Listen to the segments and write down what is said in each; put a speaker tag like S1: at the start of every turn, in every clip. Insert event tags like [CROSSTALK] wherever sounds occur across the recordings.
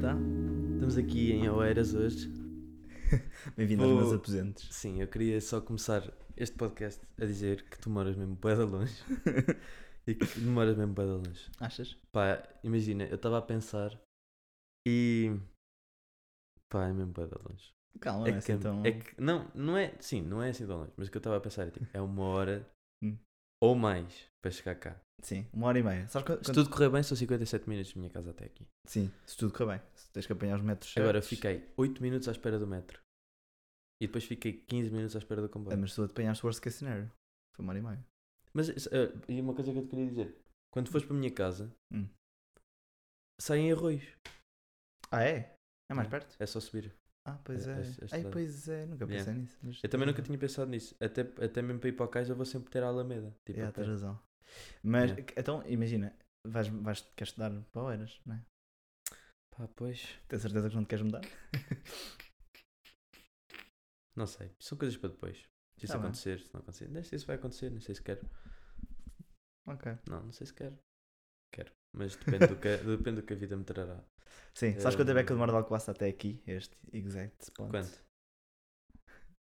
S1: tá.
S2: Estamos aqui em Oeiras hoje.
S1: Bem-vindo aos
S2: Vou-
S1: meus aposentos.
S2: Sim, eu queria só começar este podcast a dizer que tu moras mesmo bué de
S1: [LAUGHS]
S2: longe. e que moras mesmo bué de longe.
S1: Achas?
S2: Pá, imagina, eu estava a pensar e... Pá, é mesmo bué de longe.
S1: Calma,
S2: é,
S1: não é
S2: que,
S1: assim tão...
S2: é que- Não, não é... Sim, não é assim tão longe. Mas o que eu estava a pensar é tipo, é uma hora
S1: Hum.
S2: ou mais para chegar cá.
S1: Sim, uma hora e meia. Sabes quanto...
S2: Se tudo correr bem, são 57 minutos da minha casa até aqui.
S1: Sim, se tudo correr bem. Se tens que apanhar os metros
S2: Agora, eu
S1: certos.
S2: fiquei 8 minutos à espera do metro. E depois fiquei 15 minutos à espera do comboio.
S1: Ah, mas tu apanhaste o worst case scenario. Foi uma hora e meia.
S2: Mas isso, eh, e uma coisa que eu te queria dizer: quando fores para a minha casa,
S1: Hum.
S2: saem arroios.
S1: Ah, é? É mais
S2: É.
S1: perto?
S2: É só subir.
S1: Ah, pois
S2: É,
S1: é.
S2: é- é
S1: Ai,
S2: estudado.
S1: pois é. Nunca pensei
S2: Yeah.
S1: nisso. mas-
S2: Eu também nunca tinha pensado nisso. Até, até mesmo para ir para a casa, eu vou sempre ter a Alameda. Tipo,
S1: Yeah,
S2: até.
S1: tens razão. Mas,
S2: Yeah.
S1: que- então, imagina. Vais, vais, queres estudar para Oeiras, não é?
S2: Pá, pois.
S1: Tenho certeza que não te queres mudar?
S2: Não sei. São coisas para depois. Se isso
S1: Tá bem.
S2: acontecer, se não acontecer. Não sei se isso vai acontecer, não sei se quero.
S1: Ok.
S2: Não, não sei se quero. Quero. Mas depende do
S1: [LAUGHS]
S2: que, depende do que a vida me trará.
S1: Sim, sabes quanto tempo é que
S2: Eh,
S1: demora de Alcobaça até aqui? Este exact spot.
S2: Quanto?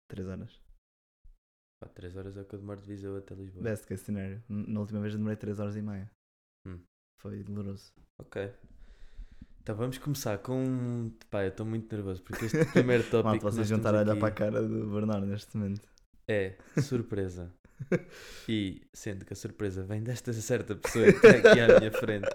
S1: 3 horas.
S2: Pá, 3 horas é o que eu demoro de Viseu até Lisboa.
S1: Best case scenario. N- Na última vez eu demorei 3 horas e meia.
S2: Hum.
S1: Foi doloroso.
S2: Ok. Então vamos começar com. um, Pá, eu estou muito nervoso porque este
S1: [LAUGHS]
S2: primeiro tópico.
S1: Malta,
S2: que nós
S1: vocês vão
S2: temos
S1: estar a olhar
S2: aqui
S1: para a cara do Bernardo neste momento.
S2: É surpresa. e sendo que a surpresa vem desta certa pessoa que está aqui à minha frente,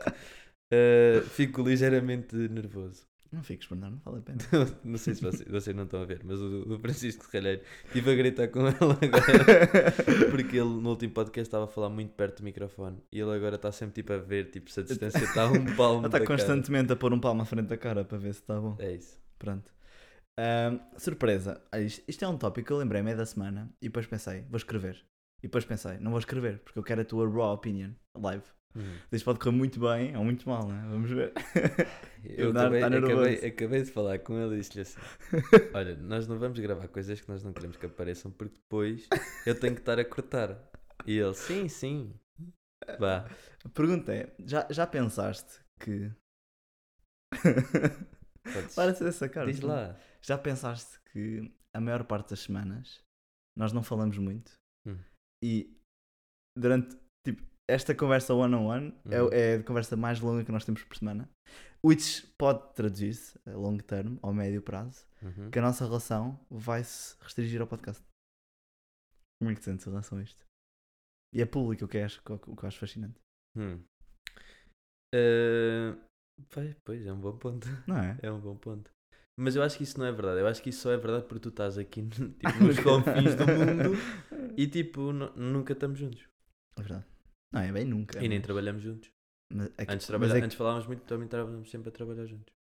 S2: eh, fico ligeiramente nervoso.
S1: [LAUGHS]
S2: [LAUGHS]
S1: Não fiques, Bernardo, não vale a pena.
S2: não sei se vocês, vocês não estão a ver, mas o, o Francisco, se calhar, estive a gritar com [LAUGHS] ela agora. Porque ele no último podcast estava a falar muito perto do microfone e ele agora está sempre tipo a ver tipo, se a distância está a um palmo.
S1: [LAUGHS] Ele está
S2: da cara.
S1: tá constantemente a pôr um palmo à frente da cara para ver se está bom.
S2: É isso.
S1: Pronto. Ahm, surpresa. Ah, isto, isto é um tópico que eu lembrei meio da semana e depois pensei, vou escrever. E depois pensei, não vou escrever, porque eu quero a tua raw opinion, live. Isto pode correr muito bem ou muito mal, né? Vamos ver. [LAUGHS]
S2: Eu
S1: Eu dar-
S2: acabei,
S1: dar nervoso.
S2: acabei- acabei de falar com ele e disse-lhe assim: Olha, nós não vamos gravar coisas que nós não queremos que apareçam porque depois eu tenho que estar a cortar. E ele: Sim, sim. Vá.
S1: A pergunta é: já, já pensaste que. [LAUGHS]
S2: podes-
S1: Parece essa cara.
S2: Diz lá.
S1: Já pensaste que a maior parte das semanas nós não falamos muito
S2: Hum.
S1: e durante tipo, esta conversa one-on-one é-
S2: Uhum.
S1: é, a conversa mais longa que nós temos por semana, which pode traduzir-se a longo termo ou médio prazo,
S2: Uhum.
S1: que a nossa relação vai se restringir ao podcast. Como é que te sentes em relação a isto? E é público, o que, acho, o que eu acho fascinante.
S2: Hum. Ah, pois, pois, é um bom ponto. [LAUGHS]
S1: Não é?
S2: É um bom ponto. Mas eu acho que isso não é verdade. Eu acho que isso só é verdade porque tu estás aqui [LAUGHS] tipo,
S1: Ah,
S2: nos
S1: [LAUGHS] nunca-
S2: confins do mundo e tipo, nu- nunca estamos juntos.
S1: É verdade. Não, é bem nunca.
S2: E nem
S1: mas-
S2: trabalhamos juntos.
S1: mas é que-
S2: Antes,
S1: mas
S2: trabalha...
S1: é que-
S2: antes falávamos muito, também estávamos sempre a trabalhar juntos.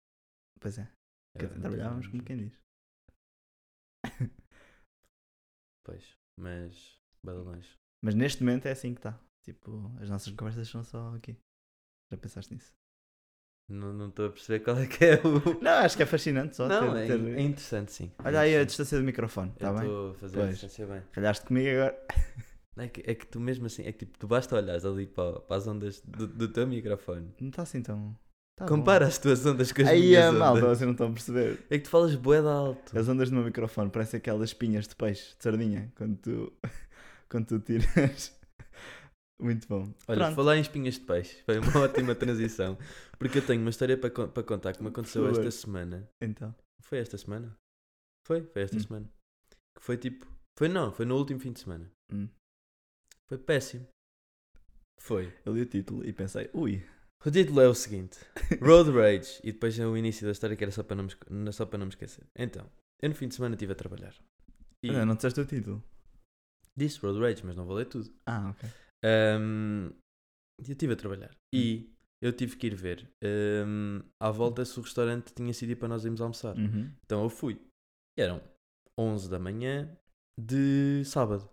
S1: Pois é, que
S2: Agora não
S1: trabalhávamos como
S2: juntos.
S1: quem diz.
S2: Pois, mas. Badalões.
S1: Mas neste momento é assim que está. Tipo, as nossas conversas são só aqui. Já pensaste nisso?
S2: Não não estou a perceber qual é que é o.
S1: Não, acho que é fascinante só
S2: Não,
S1: ter.
S2: é,
S1: ter-
S2: é interessante sim. É
S1: Olha aí a
S2: interessante.
S1: distância do microfone, está
S2: Eu
S1: Tá bem?
S2: Estou a fazer a
S1: Pois.
S2: distância bem.
S1: Calhaste comigo agora.
S2: É que, é que tu mesmo assim, é que tipo, tu basta olhares ali para, para as ondas do, do teu microfone.
S1: Não está assim tão. Tá bom.
S2: Compara as tuas ondas com as
S1: Aí
S2: minhas
S1: é malta,
S2: ondas.
S1: vocês não estão a perceber.
S2: É que tu falas bué de alto.
S1: As ondas do meu microfone parecem aquelas espinhas de peixe, de sardinha, quando tu, [LAUGHS] quando tu tiras. [LAUGHS] Muito bom.
S2: Olha,
S1: Pronto.
S2: falar em espinhas de peixe foi uma [LAUGHS] ótima transição. Porque eu tenho uma história para, con- para contar que me aconteceu
S1: favor.
S2: esta semana.
S1: Então.
S2: Foi esta semana? Foi, foi esta
S1: Hum.
S2: semana. Que foi tipo. Foi não, foi no último fim de semana.
S1: Hum.
S2: Foi péssimo. Foi.
S1: Eu li o título e pensei, ui.
S2: O título é o seguinte: Road Rage. E depois é o início da história que era só para não me, esco- não- só para não me esquecer. Então, eu no fim de semana estive a trabalhar. E
S1: Ah, Não, não disseste o título.
S2: disse Road Rage, mas não vou ler tudo.
S1: Ah, ok.
S2: Ahm, eu estive a trabalhar.
S1: Hum.
S2: E eu tive que ir ver ahm, à volta se o restaurante tinha sido para nós irmos almoçar.
S1: Uhum.
S2: Então eu fui. E eram 11 da manhã de sábado.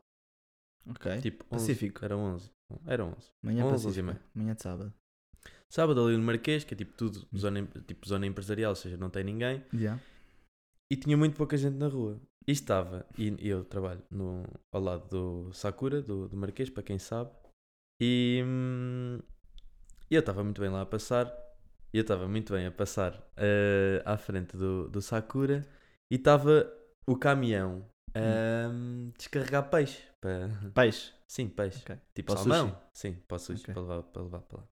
S1: Ok.
S2: Tipo, 11.
S1: É? Pacífico.
S2: Era 11. Era 11.
S1: Manhã
S2: 11 e
S1: pacífica.
S2: meia.
S1: Manhã de sábado.
S2: Sábado ali no Marquês, que é tipo tudo,
S1: Hum.
S2: zona, em- tipo zona empresarial, ou seja, não tem ninguém.
S1: Yeah.
S2: E tinha muito pouca gente na rua. E estava, e eu trabalho no, ao lado do Sakura, do, do Marquês, para quem sabe. E hum, eu estava muito bem lá a passar. E eu estava muito bem a passar eh, à frente do, do Sakura e estava o caminhão
S1: Hum.
S2: a hum, descarregar peixe. Para... [LAUGHS]
S1: Peixe.
S2: Sim, peixe.
S1: Ok.
S2: Tipo
S1: Para o
S2: salmão. Sim, para o sushi,
S1: Ok.
S2: para, levar, para levar para lá.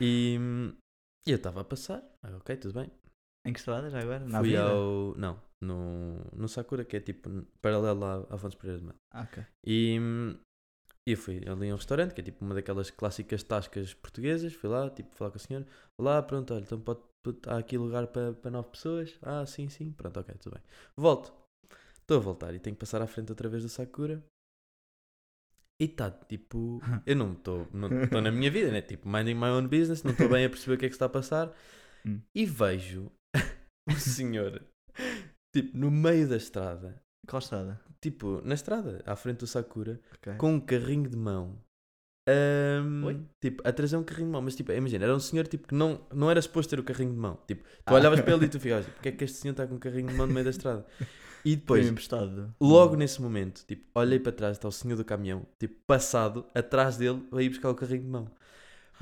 S2: E, hum, eu estava a passar, ah, ok, tudo bem.
S1: em que estrada já agora? Na
S2: Fui
S1: vida?
S2: ao. Não, no, no Sakura, que é tipo n- paralelo à Afonso Pereira de Melo.
S1: Ah, ok.
S2: E hum, eu fui ali a um restaurante, que é tipo uma daquelas clássicas tascas portuguesas. Fui lá, tipo, falar com a senhora. Olá, pronto, olha, então pode, pode- há aqui lugar para, para nove pessoas. Ah, sim, sim, pronto, ok, tudo bem. Volto. Estou a voltar e tenho que passar à frente outra vez do Sakura. E está tipo. Eu não estou não estou na minha vida, né? Tipo, minding my own business, não estou bem a perceber o que é que se está a passar.
S1: Hum.
S2: E vejo [LAUGHS] um senhor, tipo, no meio da estrada,
S1: Qual estrada?
S2: tipo, na estrada, à frente do Sakura,
S1: Ok.
S2: com um carrinho de mão. Ahm,
S1: Oi?
S2: tipo, a trazer um carrinho de mão, mas tipo, imagina, era um senhor tipo, que não, não era suposto ter o carrinho de mão. Tipo, tu
S1: Ah.
S2: olhavas para ele e
S1: [LAUGHS]
S2: tu ficavas, tipo, porque é que este senhor está com um carrinho de mão no meio da estrada? E
S1: Foi
S2: depois,
S1: emprestado.
S2: logo nesse momento, tipo, olhei para trás, está o senhor do caminhão, tipo, passado, atrás dele, vai ir buscar o carrinho de mão.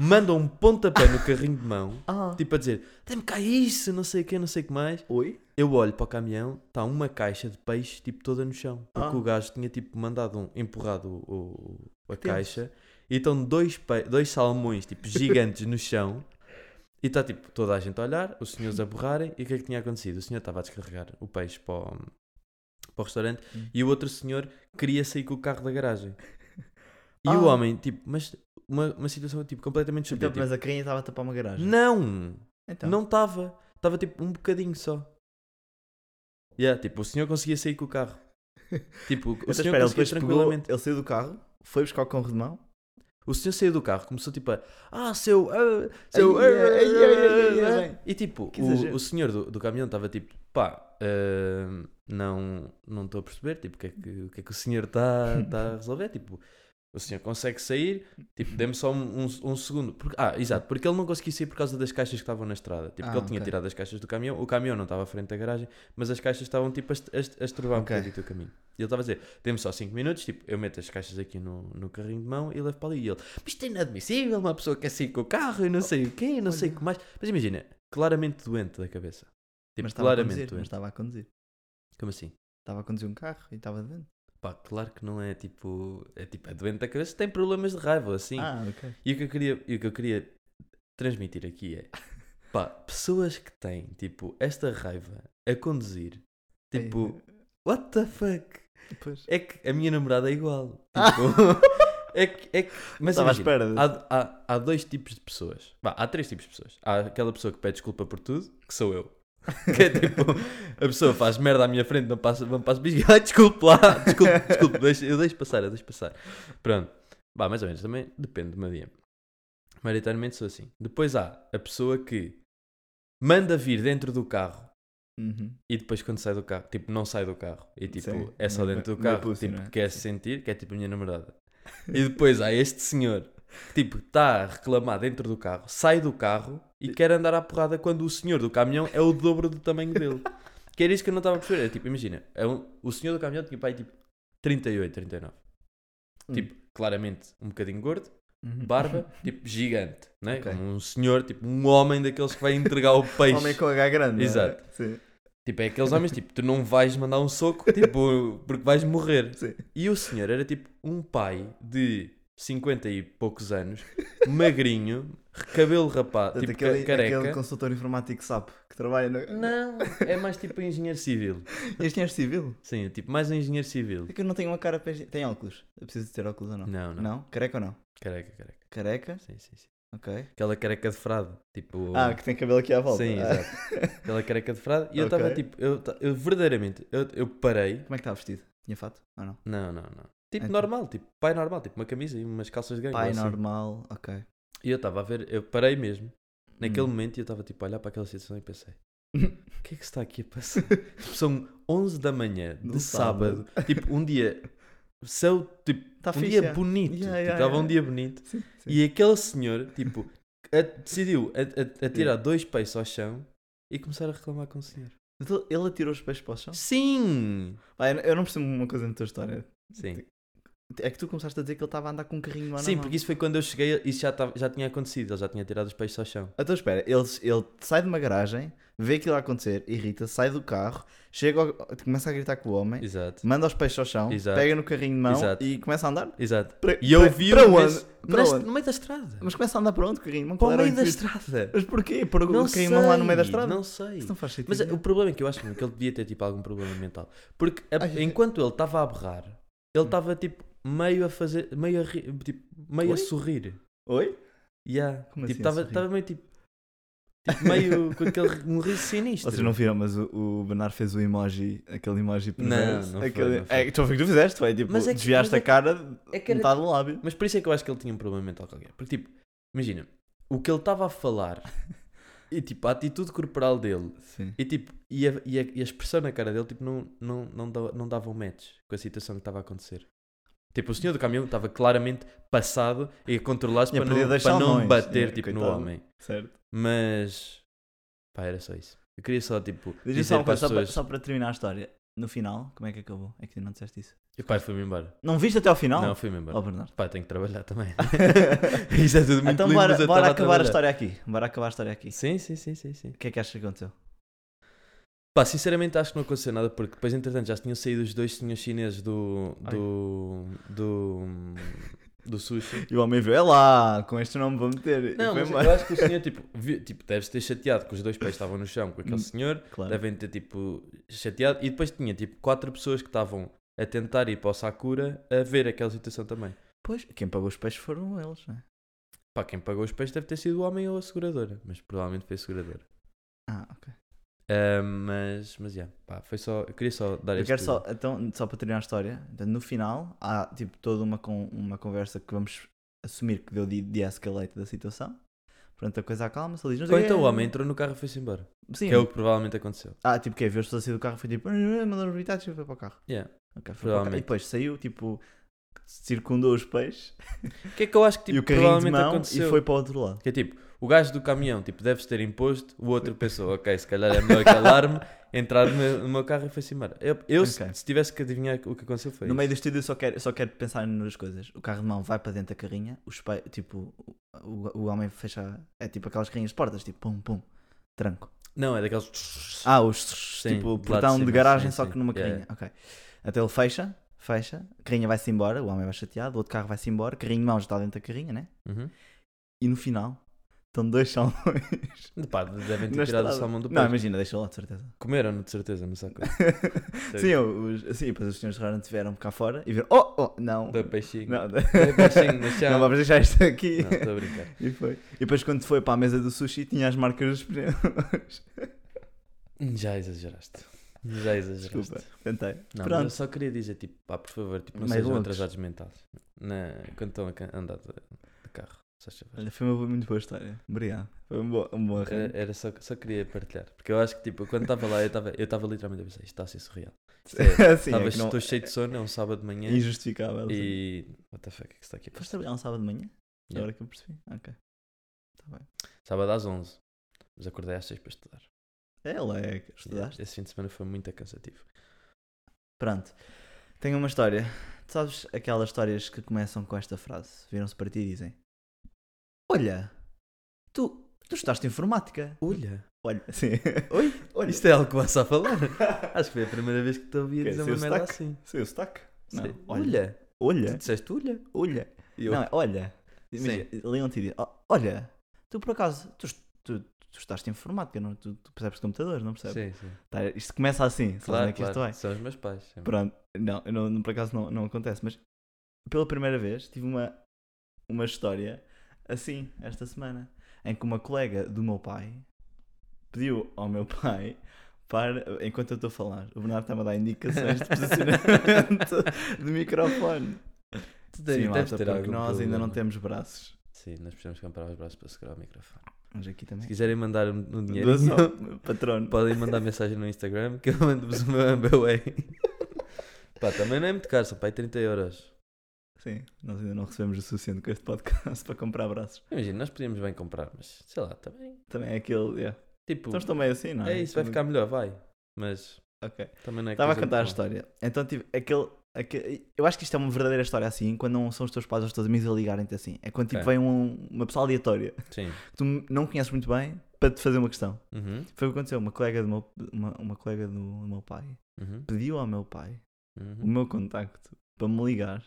S2: Manda um pontapé no carrinho de mão,
S1: Ah.
S2: tipo, a dizer, tem-me cá isso, não sei o que, não sei o que mais.
S1: Oi?
S2: Eu olho para o caminhão, está uma caixa de peixe tipo toda no chão. Porque
S1: Ah.
S2: o gajo tinha tipo mandado um, empurrado o, o- o- a
S1: Que tenso.
S2: caixa e estão dois, pe- dois salmões tipo gigantes no chão. E está tipo toda a gente a olhar, os senhores a borrarem. E o que é que tinha acontecido? O senhor estava a descarregar o peixe para o, para o restaurante
S1: Hum.
S2: e o outro senhor queria sair com o carro da garagem. E
S1: Ah.
S2: o homem, tipo, mas uma, uma situação tipo completamente
S1: Então,
S2: estúpida. tipo,
S1: mas a carrinha estava a tapar uma garagem.
S2: Não!
S1: Então.
S2: Não estava. Estava tipo um bocadinho só. Yeah, tipo, o senhor conseguia sair com o
S1: [LAUGHS]
S2: carro. Tipo, o
S1: Então,
S2: senhor
S1: espera, ele
S2: conseguia
S1: depois pegou,
S2: tranquilamente.
S1: ele saiu do carro, foi buscar o cão de mão.
S2: O senhor saiu do carro, começou tipo a. Ah, seu. ah, seu.
S1: Ai,
S2: ah,
S1: ai, ai, ai,
S2: ah,
S1: ai,
S2: ah." E tipo,
S1: Que
S2: o,
S1: exagero.
S2: o senhor do, do caminhão estava tipo, pá, ah, não não estou a perceber tipo, o, que é que, o que é que o senhor está tá a resolver. Tipo, o senhor consegue sair, tipo, dê-me só um, um- um segundo. Porque- ah, exato, porque ele não conseguia sair por causa das caixas que estavam na estrada. Tipo,
S1: Ah,
S2: que ele tinha
S1: ok.
S2: tirado as caixas do caminhão, o caminhão não estava à frente da garagem, mas as caixas estavam tipo a, est- a est- a estrovar
S1: Ok.
S2: um bocadinho o teu caminho. E ele estava a dizer, dê-me só 5 minutos, tipo, eu meto as caixas aqui no, no carrinho de mão e levo para ali. E ele, mas isto é inadmissível, uma pessoa quer sair com o carro e não sei o quê, não sei o que mais. Mas imagina, claramente doente da cabeça. Tipo,
S1: mas estava a
S2: claramente
S1: conduzir, mas
S2: doente.
S1: estava a conduzir.
S2: Como assim?
S1: Estava a conduzir um carro e estava de vento.
S2: Pá, claro que não é tipo. É tipo, é doente da cabeça, tem problemas de raiva, assim.
S1: Ah, ok.
S2: E o que eu queria, e o que eu queria transmitir aqui é pá, pessoas que têm tipo esta raiva a conduzir, tipo, what the fuck?
S1: [LAUGHS] Depois.
S2: É que a minha namorada é igual.
S1: [LAUGHS]
S2: Tipo, é que, é que, [LAUGHS] mas
S1: Estava à
S2: imagina,
S1: espera. de-
S2: há, há, há dois tipos de pessoas. Vá, há três tipos de pessoas. Há aquela pessoa que pede desculpa por tudo, que sou eu. [LAUGHS] Que é tipo, a pessoa faz merda à minha frente, não passa, não passa [LAUGHS] bisco. Ai, desculpe lá, desculpe, desculpe, deixa- eu deixo passar, eu deixo passar. Pronto. Vá, mais ou menos, também depende do meu dia. Maioritariamente sou assim. Depois há a pessoa que manda vir dentro do carro
S1: Uhum.
S2: e depois quando sai do carro, tipo, não sai do carro. E tipo,
S1: Sim,
S2: é só
S1: meio-
S2: dentro do
S1: meio
S2: carro,
S1: pussy,
S2: tipo,
S1: não é?
S2: quer se sentir, que é tipo a minha
S1: [LAUGHS]
S2: namorada. E depois há este senhor que tipo, está a reclamar dentro do carro, sai do carro e quer andar à porrada quando o senhor do caminhão é o dobro do tamanho dele. Que era isso que eu não estava a perceber. É, tipo, imagina, é um- o senhor do caminhão tinha pai tipo 38, 39.
S1: Hum.
S2: Tipo, claramente um bocadinho gordo,
S1: Uhum. [LAUGHS]
S2: barba, tipo gigante, né?
S1: Ok.
S2: Como um senhor, tipo um homem daqueles que vai entregar o peixe.
S1: [LAUGHS] Homem com H grande.
S2: Exato.
S1: não é? Sim.
S2: Tipo, é aqueles homens, tipo, tu não vais mandar um soco, tipo, porque vais morrer.
S1: Sim.
S2: E o senhor era tipo um pai de 50 e poucos anos, magrinho, cabelo rapado,
S1: Portanto,
S2: tipo
S1: aquele,
S2: ca- careca.
S1: aquele consultor informático SAP que trabalha no.
S2: Não, é mais tipo engenheiro civil.
S1: Este é civil.
S2: Sim, é tipo mais um engenheiro civil.
S1: É que eu não tenho uma cara para. este- Tem óculos. Eu preciso de ter óculos ou não?
S2: Não, não.
S1: Careca ou não?
S2: Careca, careca.
S1: Careca?
S2: Sim, sim, sim.
S1: Ok.
S2: Aquela careca de frade. Tipo.
S1: Ah, que tem cabelo aqui à volta.
S2: Sim,
S1: Ah.
S2: exato. Aquela careca de frade. E eu
S1: Ok.
S2: estava tipo, eu, ta- eu verdadeiramente, eu, eu parei.
S1: Como é que está vestido? Tinha fato? Ou não?
S2: Não, não, não. Tipo
S1: Então.
S2: normal, tipo pai normal, tipo uma camisa e umas calças de gangue.
S1: Pai
S2: ou assim.
S1: normal. Ok.
S2: E eu estava a ver, eu parei mesmo. Naquele
S1: Hum.
S2: momento e eu estava tipo a olhar para aquela situação e
S1: [LAUGHS]
S2: pensei: o que é que se está aqui a passar? Tipo, São 11 da manhã de
S1: No sábado.
S2: sábado. tipo um dia, céu, tipo,
S1: Está
S2: um
S1: fixe.
S2: dia
S1: é?
S2: bonito.
S1: Yeah,
S2: Tipo,
S1: yeah,
S2: estava um
S1: yeah.
S2: dia bonito
S1: Sim, sim.
S2: e aquele senhor, tipo, a- decidiu a, a- a tirar dois peixes ao chão e começar a reclamar com o senhor.
S1: Então, Oh. Ele atirou os peixes para o chão?
S2: Sim!
S1: Pá, eu eu não percebo uma coisa na tua história.
S2: Sim.
S1: É que tu começaste a dizer que ele estava a andar com um carrinho lá na
S2: Sim,
S1: mão.
S2: porque isso foi quando eu cheguei, isso já, tava- já tinha acontecido, ele já tinha tirado os peixes ao chão.
S1: Então espera, ele, ele sai de uma garagem, vê aquilo a acontecer, irrita, sai do carro, chega ao- começa a gritar com o homem,
S2: Exato.
S1: manda os peixes ao chão,
S2: Exato.
S1: pega no carrinho de mão
S2: Exato.
S1: e começa a andar.
S2: Exato.
S1: Pra-
S2: E eu
S1: pra-
S2: vi
S1: para
S2: o
S1: onde?
S2: nas-
S1: Para
S2: nas-
S1: onde?
S2: no meio da estrada. é
S1: Mas começa a andar para onde, carrinho de mão?
S2: para
S1: Qual
S2: o
S1: era o
S2: meio da
S1: intuito?
S2: estrada.
S1: Mas porquê? Pôr o
S2: Não
S1: o carrinho de mão lá no meio da
S2: sei,
S1: estrada?
S2: Não sei.
S1: Isso não faz sentido.
S2: Mas
S1: nenhum.
S2: o problema é que eu acho mesmo que ele devia ter tipo algum problema mental. Porque a-
S1: Ai, Hum. ai, ai.
S2: enquanto ele estava a berrar, ele estava tipo meio a fazer, meio a rir, tipo, meio
S1: Oi?
S2: a sorrir.
S1: Oi?
S2: Yeah.
S1: Como
S2: tipo,
S1: assim
S2: estava
S1: a sorrir?
S2: estava meio tipo, tipo
S1: [LAUGHS]
S2: meio com aquele um riso sinistro.
S1: Vocês não viram, mas o, o Bernardo fez o emoji, aquele emoji
S2: Não,
S1: perverso.
S2: não foi,
S1: aquele...
S2: não foi.
S1: É que tu foi o que tu fizeste, foi tipo,
S2: Mas é que-
S1: desviaste
S2: mas é
S1: a cara,
S2: É que era-
S1: metade do lábio.
S2: Mas por isso é que eu acho que ele tinha um problema mental qualquer. Porque tipo, imagina, o que ele estava a
S1: [LAUGHS]
S2: falar e tipo a atitude corporal dele
S1: Sim.
S2: E tipo, e a, e a, e a expressão na cara dele tipo, não, não, não, da- não dava um match com a situação que estava a acontecer. Tipo, o senhor do caminhão estava claramente passado e a controlar-se
S1: Tinha
S2: para
S1: perdido
S2: não,
S1: dois
S2: para não
S1: salmões,
S2: bater
S1: tinha,
S2: tipo, no
S1: coitado.
S2: homem.
S1: Certo.
S2: Mas pá, era só isso. Eu queria só tipo
S1: Diz-me
S2: dizer
S1: só uma
S2: para as
S1: coisa, só para,
S2: pessoas.
S1: só para terminar a história. No final, como é que acabou? É que tu não disseste isso.
S2: E pai, fui-me embora.
S1: Não viste até ao
S2: Não,
S1: final?
S2: fui-me embora. [LAUGHS]
S1: Oh, Bernardo. [LAUGHS]
S2: Pá, tenho que trabalhar também. Isso é tudo muito
S1: então
S2: lindo, mas
S1: bora,
S2: eu estava
S1: bora acabar a,
S2: trabalhar.
S1: história aqui. Bora acabar a história aqui.
S2: Sim, sim, sim, sim, sim.
S1: O que é que achas que aconteceu?
S2: Pá, sinceramente acho que não aconteceu nada porque depois, entretanto, já tinham saído os dois senhores chineses do.
S1: Ai.
S2: do. do. do sushi.
S1: E o homem viu, é lá, com este nome vou meter.
S2: Não, mas eu acho que o senhor, tipo, vi- tipo deves ter chateado que os dois pés estavam no chão com
S1: Hum.
S2: aquele senhor,
S1: Claro.
S2: devem ter, tipo, chateado. E depois tinha, tipo, quatro pessoas que estavam a tentar ir para o Sakura a ver aquela situação também.
S1: Pois, quem pagou os peixes foram eles, né?
S2: Pá, quem pagou os pés deve ter sido o homem ou a seguradora, mas provavelmente foi a seguradora.
S1: Ah, ok.
S2: Ah, mas, mas, yeah, pá, foi só. Eu queria só dar
S1: Eu
S2: este.
S1: quero só, então, só para terminar a história, então, no final há tipo toda uma, con uma conversa que vamos assumir que deu de, de escalate da situação. Portanto, a coisa acalma-se, ele diz, não sei
S2: Ou então
S1: quê.
S2: o homem entrou no carro e foi-se embora.
S1: é- Sim.
S2: Que é o que provavelmente aconteceu.
S1: Ah, tipo, que viu as pessoas sair do carro e foi tipo, "Ah, mandaram os bitates e foi para o carro.
S2: Yeah.
S1: Ok, foi para o carro. E
S2: Provavelmente.
S1: depois saiu, tipo, circundou os peixes
S2: O que é que eu acho que tipo,
S1: e o carrinho de
S2: provavelmente
S1: mão
S2: aconteceu?
S1: e foi para o outro lado.
S2: Que é tipo, o gajo do caminhão, tipo, deves ter imposto, o outro pensou, ok, se calhar é melhor
S1: [LAUGHS]
S2: calar-me, entrar no meu, no meu carro e foi-se embora. Eu, eu se-
S1: Ok.
S2: se tivesse que adivinhar o que aconteceu foi
S1: No meio
S2: isso.
S1: do estúdio eu só quero, eu só quero pensar nas coisas. O carro de mão vai para dentro da carrinha, os pe... tipo, o, o, o homem fecha. É tipo aquelas carrinhas de portas, tipo pum pum, tranco.
S2: Não, é daqueles...
S1: Ah, os
S2: Sim,
S1: tipo
S2: de
S1: portão
S2: lado de
S1: de
S2: cima,
S1: garagem
S2: sim,
S1: só
S2: sim.
S1: que numa carrinha.
S2: Yeah,
S1: Ok. Então ele fecha, fecha, a carrinha vai-se embora, o homem vai chateado, o outro carro vai-se embora, carrinho de mão já está dentro da carrinha, né?
S2: Uhum.
S1: E no final estão dois salmões.
S2: Pá, devem ter
S1: na
S2: tirado o
S1: estrada.
S2: salmão do
S1: tá Não,
S2: peixe.
S1: imagina, deixa lá, de certeza.
S2: Comeram-no, de certeza, não saco. Sei.
S1: Sim, os, sim, depois os senhores do restaurante vieram cá fora e viram, oh, oh, não.
S2: Da peixinho.
S1: Não,
S2: Da peixinho no
S1: [LAUGHS] não
S2: chão.
S1: vamos deixar isto aqui.
S2: Não, tá estou a brincar.
S1: E foi. E depois quando foi para a mesa do sushi tinha as marcas dos pneus.
S2: Já exageraste. Já exageraste.
S1: Desculpa, [LAUGHS] tentei.
S2: Não, mas eu
S1: Pronto.
S2: só queria dizer, tipo, pá, por favor, tipo, não
S1: Mais um.
S2: sejam
S1: loucos.
S2: atrasados mentais. Na, quando estão a ca- andar de, de carro. se faz favor.
S1: Olha, foi uma muito boa história. Obrigado. Foi um bom, um bom arranjo.
S2: Era, era só, só queria partilhar. Porque eu acho que, tipo, quando estava lá, eu estava eu estava literalmente a pensar, isto está a ser surreal. Isto é-
S1: [LAUGHS] Sim,
S2: tava-
S1: é que não-
S2: Estou cheio de sono, é um sábado de manhã
S1: Injustificável. sim.
S2: e... What the fuck, o que é que se está aqui a
S1: Foste
S2: passar?
S1: trabalhar um sábado de manhã?
S2: Yeah.
S1: Agora que eu percebi. Ok. Tá bem.
S2: Sábado às 11. Mas acordei às 6 para estudar.
S1: É, Leque. Estudaste?
S2: Esse fim de semana foi muito cansativo.
S1: Pronto. Tenho uma história. Tu sabes aquelas histórias que começam com esta frase? Viram-se para ti e dizem: Olha, tu, tu estudaste informática.
S2: Olha,
S1: Olha, [LAUGHS] sim.
S2: Oi?
S1: Olha.
S2: isto é algo que passa a falar. [LAUGHS] acho que foi a primeira vez que te ouvi
S1: Quer
S2: dizer
S1: dizer,
S2: uma
S1: o
S2: merda
S1: sotaque?
S2: assim.
S1: Sei o sotaque? Não.
S2: Sei,
S1: Olha.
S2: Olha, tu
S1: Olha.
S2: disseste olha.
S1: Olha.
S2: E eu, [LAUGHS]
S1: Não, é olha. Imagina, Leon-te e diz: "Oh, Olha, tu por acaso, tu, est- tu, tu estudaste informática, não? é? Tu, tu percebes de computadores, não percebes?
S2: sim, sim.
S1: Tá, isto começa assim, sabes onde
S2: Claro,
S1: é que isto vai?
S2: claro. São os meus pais. sim.
S1: Pronto, não, eu não, não- por acaso não, não acontece, mas pela primeira vez tive uma, uma história assim, esta semana, em que uma colega do meu pai pediu ao meu pai para, enquanto eu estou a falar, o Bernardo está-me a dar indicações de
S2: [LAUGHS]
S1: posicionamento de microfone.
S2: Tu
S1: Sim,
S2: deves
S1: malta,
S2: ter
S1: porque
S2: algum
S1: nós ainda não
S2: problema.
S1: temos braços.
S2: Sim, nós precisamos comprar os braços para segurar o microfone.
S1: Mas aqui
S2: Se
S1: também.
S2: quiserem mandar um, um dinheiro,
S1: Doação, patrono.
S2: podem mandar mensagem no Instagram que eu mando-vos o meu
S1: [LAUGHS]
S2: Ambaway. Pá, também não é muito caro, só para aí 30 euros.
S1: Sim, nós ainda não recebemos o suficiente com este podcast [LAUGHS] para comprar braços.
S2: Imagina, nós podíamos bem comprar, mas sei lá, também.
S1: Também é aquele. Yeah.
S2: Tipo,
S1: Estamos também assim, não é?
S2: é isso, vai ficar melhor, vai. Mas
S1: Ok.
S2: também não é
S1: Estava a
S2: coisa
S1: contar a
S2: muito má.
S1: história. Então tive aquele. É que- Eu acho que isto é uma verdadeira história assim, quando não são os teus pais ou os teus amigos a ligarem-te assim. É quando tipo,
S2: Ok.
S1: vem um- uma pessoa aleatória
S2: Sim.
S1: que tu não conheces muito bem para te fazer uma questão.
S2: Uhum.
S1: Foi o que aconteceu. Uma colega do meu, uma, uma colega do meu pai
S2: Uhum.
S1: pediu ao meu pai o
S2: Uhum.
S1: meu contacto para me ligar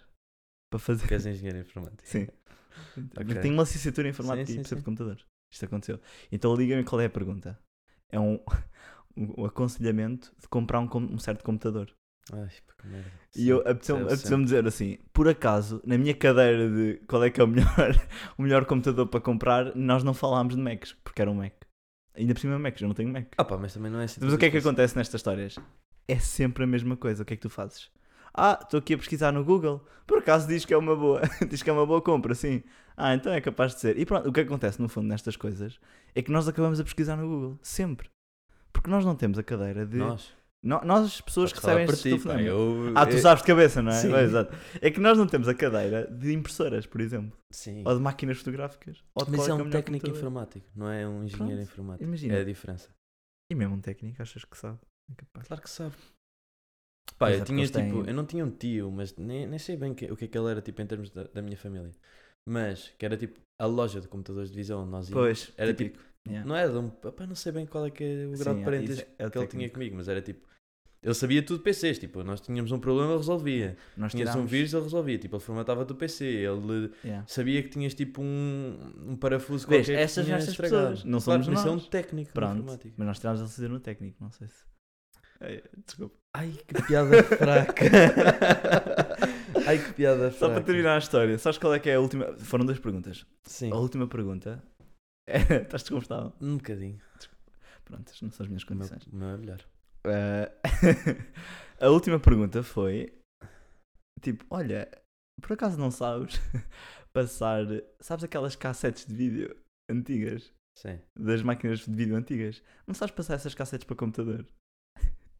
S1: para fazer.
S2: Queres engenheiro informático?
S1: [LAUGHS] Sim.
S2: Ok.
S1: Tenho uma licenciatura em informática
S2: Sim,
S1: e
S2: sim,
S1: percebo de
S2: sim.
S1: computadores. Isto aconteceu. Então liga-me qual é a pergunta. É um, [LAUGHS] um aconselhamento de comprar um, com- um certo computador.
S2: Ai, pá, que merda.
S1: E eu
S2: Sim,
S1: apeteceu-me
S2: percebo
S1: apeteceu-me dizer assim, por acaso, na minha cadeira de qual é que é o melhor, [LAUGHS] o melhor computador para comprar, nós não falámos de Macs, porque era um Mac. Ainda por cima é um Mac, eu não tenho Mac.
S2: sempre. Ah pá, mas também não é assim.
S1: Mas
S2: tão
S1: o que é que
S2: difícil.
S1: acontece nestas histórias? É sempre a mesma coisa. O que é que tu fazes? Ah, estou aqui a pesquisar no Google. Por acaso diz que é uma boa, [LAUGHS] diz que é uma boa compra, sim. Ah, então é capaz de ser. E pronto, o que acontece no fundo nestas coisas é que nós acabamos a pesquisar no Google, sempre. Porque nós não temos a cadeira de.
S2: Nós.
S1: No- nós, as pessoas que
S2: Estava
S1: recebem
S2: para
S1: este
S2: ti, pá,
S1: telefonema.
S2: eu-
S1: Ah, tu
S2: eu-
S1: sabes de cabeça, não é?
S2: Sim.
S1: Pois, exato. É que nós não temos a cadeira de impressoras, por exemplo,
S2: Sim.
S1: ou de máquinas fotográficas, ou de
S2: Mas
S1: qual
S2: é
S1: que
S2: um
S1: melhor
S2: técnico
S1: computador.
S2: informático, não é um engenheiro
S1: Pronto,
S2: informático.
S1: Imagina.
S2: É a diferença.
S1: E mesmo um técnico, achas que sabe? É capaz.
S2: Claro que sabe. Pá,
S1: Mas é
S2: eu
S1: porque
S2: tinha
S1: eles
S2: tipo,
S1: têm-
S2: eu não tinha um tio, mas nem, nem sei bem que- o que é que ele era tipo em termos da, da minha família. Mas que era tipo a loja de computadores de visão onde nós íamos.
S1: Pois,
S2: era
S1: típico. Yeah.
S2: Não era de um. Opá, não sei bem qual é que é o grau
S1: Sim,
S2: de
S1: é,
S2: parentesco
S1: isso é- é o
S2: que ele tinha
S1: técnico.
S2: comigo, mas era tipo. Ele sabia tudo de PCs, tipo, nós tínhamos um problema, ele resolvia.
S1: Nós
S2: Tinhas um
S1: tirámos-
S2: vírus, ele resolvia. Tipo, ele formatava do PC, ele
S1: Yeah.
S2: sabia que tinhas tipo um, um parafuso
S1: Vês,
S2: qualquer
S1: estas
S2: que tinha
S1: nestas
S2: estragado.
S1: pessoas, não
S2: claro,
S1: somos
S2: mas isso é
S1: nós.
S2: um técnico de
S1: Pronto,
S2: informática.
S1: mas nós tirámos ele fazer no técnico, não sei se. Ei, Desculpa.
S2: Ai, que
S1: [LAUGHS]
S2: piada [LAUGHS] fraca. Ai, que piada fraca.
S1: Só para terminar a história, sabes qual é que é a última? Foram duas perguntas.
S2: Sim,
S1: A última pergunta é. [LAUGHS] Estás desconfortável?
S2: um bocadinho.
S1: Pronto, não são as minhas
S2: O meu,
S1: condições.
S2: o meu é melhor.
S1: Ah, [LAUGHS] a última pergunta foi: Tipo, olha, por acaso não sabes [LAUGHS] passar. Sabes aquelas cassetes de vídeo antigas?
S2: Sim.
S1: Das máquinas de vídeo antigas? Não sabes passar essas cassetes para computador?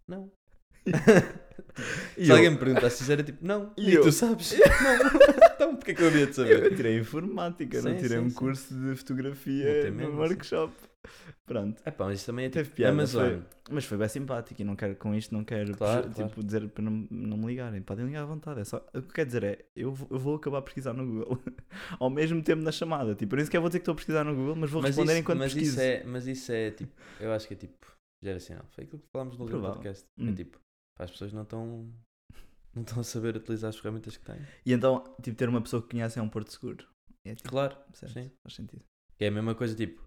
S2: Não.
S1: [LAUGHS] E
S2: se
S1: eu-
S2: alguém
S1: [LAUGHS]
S2: me perguntasse isso, era tipo, não.
S1: E
S2: E,
S1: eu?
S2: tu
S1: [LAUGHS]
S2: sabes? não. [LAUGHS] Então, porque é que eu havia de saber?
S1: Eu tirei informática, não
S2: Sim,
S1: tirei
S2: sim,
S1: um
S2: sim.
S1: curso de
S2: Não
S1: fotografia
S2: tem
S1: no
S2: menos,
S1: workshop. Pronto.
S2: Epá, mas isso também é tipo
S1: Teve piada,
S2: Amazon.
S1: Mas foi bem simpático e não quero com isto, não quero
S2: Claro,
S1: tipo,
S2: claro.
S1: dizer para não, não me ligarem. Podem ligar à vontade. É só, o que quero dizer é, eu vou, eu vou acabar a pesquisar no Google [LAUGHS] ao mesmo tempo na chamada. Tipo, por isso que eu vou dizer que estou a pesquisar no Google, mas vou
S2: mas
S1: responder
S2: isso,
S1: enquanto
S2: mas
S1: pesquiso.
S2: isso é, mas isso é tipo, eu acho que é tipo geracional. Foi aquilo que falámos no outro
S1: Provável.
S2: podcast.
S1: Hum.
S2: É tipo, pá, as pessoas não estão não estão a saber utilizar as ferramentas que têm.
S1: E então, tipo, ter uma pessoa que conhece é um porto seguro. É tipo,
S2: Claro.
S1: certo,
S2: sim.
S1: faz sentido.
S2: Que é a mesma coisa, tipo,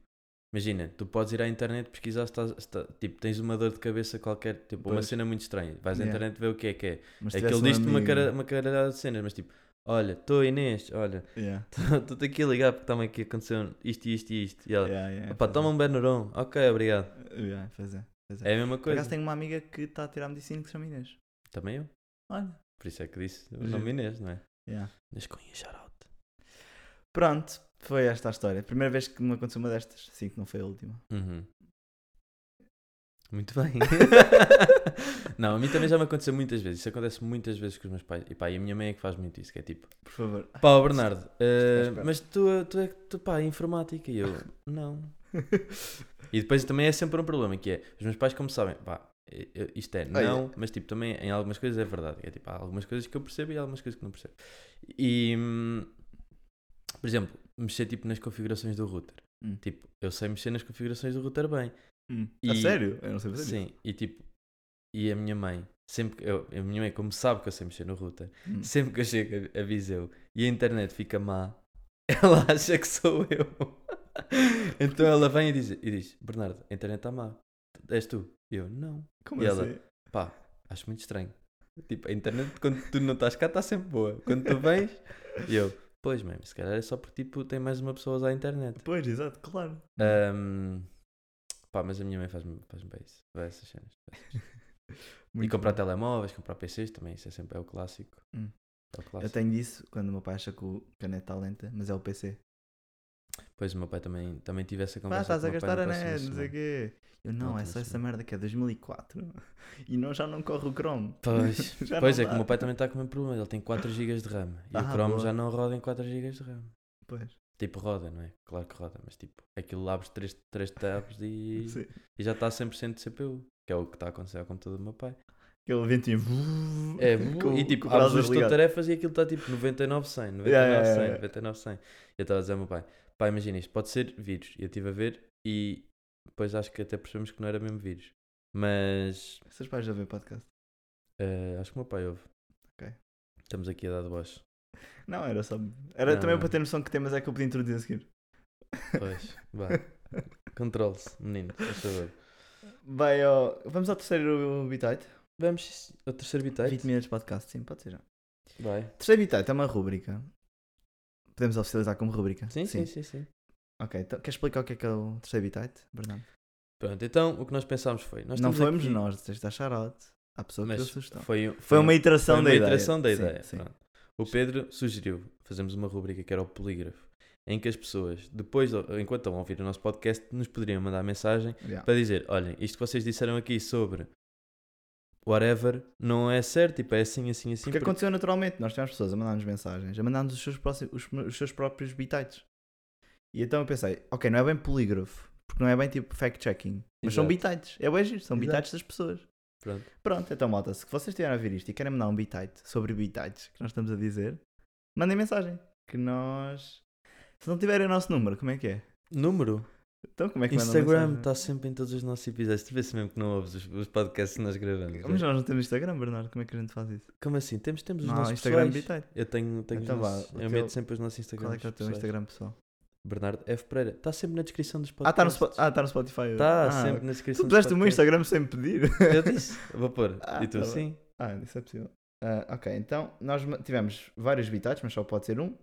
S2: imagina, tu podes ir à internet pesquisar se estás, se tá- tipo, tens uma dor de cabeça qualquer, tipo, uma
S1: Pois.
S2: cena muito estranha. Vais à
S1: Yeah.
S2: internet ver o que é que é.
S1: Mas
S2: é
S1: se
S2: que
S1: tivesse
S2: ele
S1: um
S2: diz-te uma,
S1: amigo-
S2: cara, uma caralhada de cenas, mas tipo, olha, estou Inês, olha, [LAUGHS]
S1: Yeah,
S2: estou-te aqui a ligar porque está-me aqui aconteceu isto e isto e isto. E ela,
S1: yeah, yeah,
S2: "Epá,
S1: pois é.
S2: toma um Benuron, ok, obrigado.
S1: Yeah, pois é.
S2: É a mesma
S1: Por
S2: coisa.
S1: acaso tenho uma amiga que está a tirar medicina que se chama Inês.
S2: Também eu,
S1: Olha.
S2: por isso é que disse o
S1: Giro.
S2: nome Inês, não é?
S1: Yeah.
S2: Inês Cunha, shout out.
S1: Pronto, foi esta a história. Primeira vez que me aconteceu uma destas. Sim, que não foi a última.
S2: Uhum. Muito bem. [LAUGHS] não, a mim também já me aconteceu muitas vezes. Isso acontece muitas vezes com os meus pais. E pá, e a minha mãe é que faz muito isso, que é tipo,
S1: Por favor. [LAUGHS]
S2: pá, ó Bernardo, eh,
S1: estás perto.
S2: mas tu, tu é que tu, pá, é informática [LAUGHS] e eu, não. E depois também é sempre um problema, que é, os meus pais como sabem, pá, eh, eu- isto é
S1: Olha.
S2: não, mas tipo, também em algumas coisas é verdade. É tipo, há algumas coisas que eu percebo e há algumas coisas que não percebo. E, hum, por exemplo, mexer tipo nas configurações do router.
S1: Hum.
S2: Tipo, eu sei mexer nas configurações do router bem.
S1: Hum. A
S2: E-
S1: sério? Eu não sei fazer
S2: Sim, e tipo, e a minha mãe, sempre que eu, a minha mãe, como sabe que eu sei mexer no router,
S1: isso.
S2: sempre que eu chego a, a Viseu e a internet fica má, [LAUGHS] ela acha que sou eu. [LAUGHS] então ela vem e diz, e diz Bernardo, a internet está má, és tu? E eu, não.
S1: Como
S2: E
S1: assim?
S2: ela- Pá, acho muito estranho. Tipo, a internet, quando tu não estás cá, está sempre boa. Quando tu vens, e eu, pois mãe, se calhar é só porque tipo, tem mais uma pessoa a usar a internet.
S1: Pois, exato, claro. Hum.
S2: Ahm, pá, mas a minha mãe faz-me faz bem isso, vai essas cenas. e
S1: Muito
S2: comprar
S1: bom.
S2: telemóveis, comprar PCs também, isso é sempre é o clássico.
S1: Hum.
S2: É o
S1: Eu
S2: clássico.
S1: tenho disso quando o meu pai acha que o caneta está lenta, mas é o PC.
S2: Pois o meu pai também, também tive essa
S1: Pá,
S2: conversa.
S1: "Ah, estás
S2: com
S1: a
S2: o meu pai
S1: gastar
S2: na
S1: a
S2: próxima
S1: net, não
S2: semana.
S1: sei o quê. Eu
S2: Na
S1: não, é
S2: última
S1: só essa
S2: semana.
S1: merda que é 2004 [LAUGHS] e não, já não corre o Chrome.
S2: Pois,
S1: [LAUGHS] Já
S2: pois
S1: não
S2: é que o meu
S1: dá.
S2: pai também está com o mesmo problema, ele tem
S1: [LAUGHS]
S2: 4 GB de RAM e
S1: Ah,
S2: o Chrome
S1: boa.
S2: já não roda em 4 GB de RAM.
S1: Pois,
S2: Tipo, roda, não é? Claro que roda, mas tipo, aquilo abres 3, três tabs e,
S1: [LAUGHS] sim.
S2: e já está 100% de CPU, que é o que está a acontecer ao computador do meu pai.
S1: Aquele ventinho. [LAUGHS]
S2: É,
S1: com-
S2: e tipo,
S1: com o browser
S2: ajustou
S1: ligado.
S2: tarefas e aquilo está tipo 99, 100, 99, 100,
S1: Yeah, yeah, yeah, yeah.
S2: 99, 100. Eu estava a dizer ao meu pai, pai, imagina isto, pode ser vírus. E eu estive a ver e depois acho que até percebemos que não era mesmo vírus. Mas
S1: Seus pais já vêem o podcast?
S2: eh, acho que o meu pai ouve.
S1: Ok.
S2: Estamos aqui a dar de voz.
S1: Não, era só. Era
S2: Não,
S1: também
S2: não.
S1: para ter noção que temas é que eu podia introduzir a seguir.
S2: Pois, [LAUGHS] vá. Controle-se, menino, faz favor.
S1: [LAUGHS] Vai ao... Vamos ao terceiro bitite.
S2: Vamos ao terceiro bitite.
S1: 20 minutos de podcast, sim, pode ser já.
S2: Vai.
S1: Terceiro bitite é uma rubrica. Podemos oficializar como rubrica?
S2: Sim, sim, sim, sim.
S1: Ok, então queres explicar o que é que é o terceiro bitite, Bernardo?
S2: Pronto, então o que nós pensámos foi. Nós
S1: não
S2: temos
S1: fomos
S2: aqui-
S1: nós, tens de dar shout-out à pessoa que
S2: Mas
S1: deu a sugestão. Foi,
S2: Foi, um
S1: uma iteração
S2: Foi
S1: da
S2: uma
S1: ideia.
S2: iteração da
S1: Sim,
S2: ideia.
S1: sim.
S2: pronto. O Pedro sugeriu fazermos uma rubrica que era o polígrafo, em que as pessoas, depois, enquanto estão a ouvir o nosso podcast, nos poderiam mandar mensagem
S1: Yeah.
S2: para dizer: olhem, isto que vocês disseram aqui sobre whatever não é certo, tipo, é assim, assim, assim.
S1: Porque
S2: porque-
S1: aconteceu naturalmente, nós tivemos pessoas a mandar-nos mensagens, a mandar-nos os seus, próximos, os, os seus próprios bitites. E então eu pensei, ok, não é bem polígrafo, porque não é bem tipo fact-checking, mas são
S2: Exato.
S1: bitites, é bem giro, são
S2: Exato.
S1: bitites das pessoas.
S2: Pronto.
S1: Pronto, então malta, se vocês estiverem a ver isto e querem mandar um bitite sobre bitites que nós estamos a dizer, mandem mensagem, que nós... Se não tiverem o nosso número, como é que é?
S2: Número.
S1: Então como é que mandam
S2: Instagram tá
S1: mensagem?
S2: está sempre em todos os nossos episódios. Tu vês mesmo que não ouves os, os podcasts que nós gravamos.
S1: Mas
S2: né?
S1: nós não temos Instagram, Bernardo, como é que a gente faz isso?
S2: Como assim? Temos, temos os
S1: Não,
S2: nossos
S1: Instagram
S2: pessoais.
S1: bitite.
S2: Eu tenho, tenho
S1: Então
S2: os
S1: vá,
S2: nossos,
S1: o
S2: Eu
S1: teu-
S2: meto sempre os nossos Instagrams.
S1: Qual é que é o teu
S2: pessoais.
S1: Instagram, pessoal?
S2: Bernardo F. Pereira. Está sempre na descrição dos
S1: Ah,
S2: podcasts.
S1: está no, Spo- ah, tá no Spotify.
S2: Está
S1: ah,
S2: sempre na descrição.
S1: Tu
S2: dos
S1: puseste o meu
S2: podcasts.
S1: Instagram sem pedir.
S2: [LAUGHS] Eu disse. Vou pôr.
S1: Ah,
S2: e tu
S1: tá bem.
S2: sim.
S1: [LAUGHS] ah, isso é possível. Ah, ok, então nós ma- tivemos vários bitites, mas só pode ser um.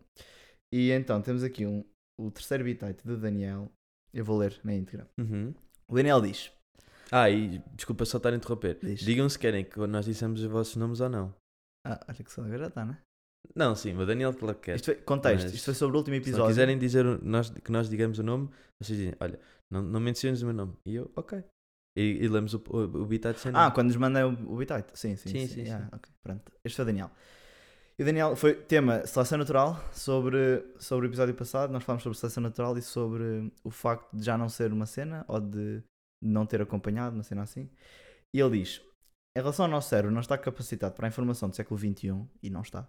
S1: E então temos aqui um, o terceiro bitite do Daniel. Eu vou ler na íntegra.
S2: Uhum.
S1: O Daniel diz:
S2: Ah, e desculpa só estar a interromper.
S1: Diz.
S2: Digam se querem que nós dissemos os vossos nomes ou não.
S1: Ah, olha que só agora já está, né?
S2: Não, sim, o Daniel claro que quer.
S1: Isto foi, contexto,
S2: mas
S1: isto foi sobre o último
S2: Se não
S1: episódio.
S2: quiserem dizer o- nós, que nós digamos o nome, vocês dizem, olha, não, não menciones o meu nome. E eu, ok. E, e lemos o, o, o Bitat sem
S1: Ah,
S2: nome.
S1: quando nos mandam o, o bitite. Sim, sim, sim.
S2: Sim, sim,
S1: Ah,
S2: sim.
S1: ok, pronto. Este foi o Daniel. E o Daniel foi tema seleção natural sobre, sobre o episódio passado. Nós falámos sobre seleção natural e sobre o facto de já não ser uma cena ou de não ter acompanhado, uma cena assim. E ele diz: em relação ao nosso cérebro, não está capacitado para a informação do século XXI e não está.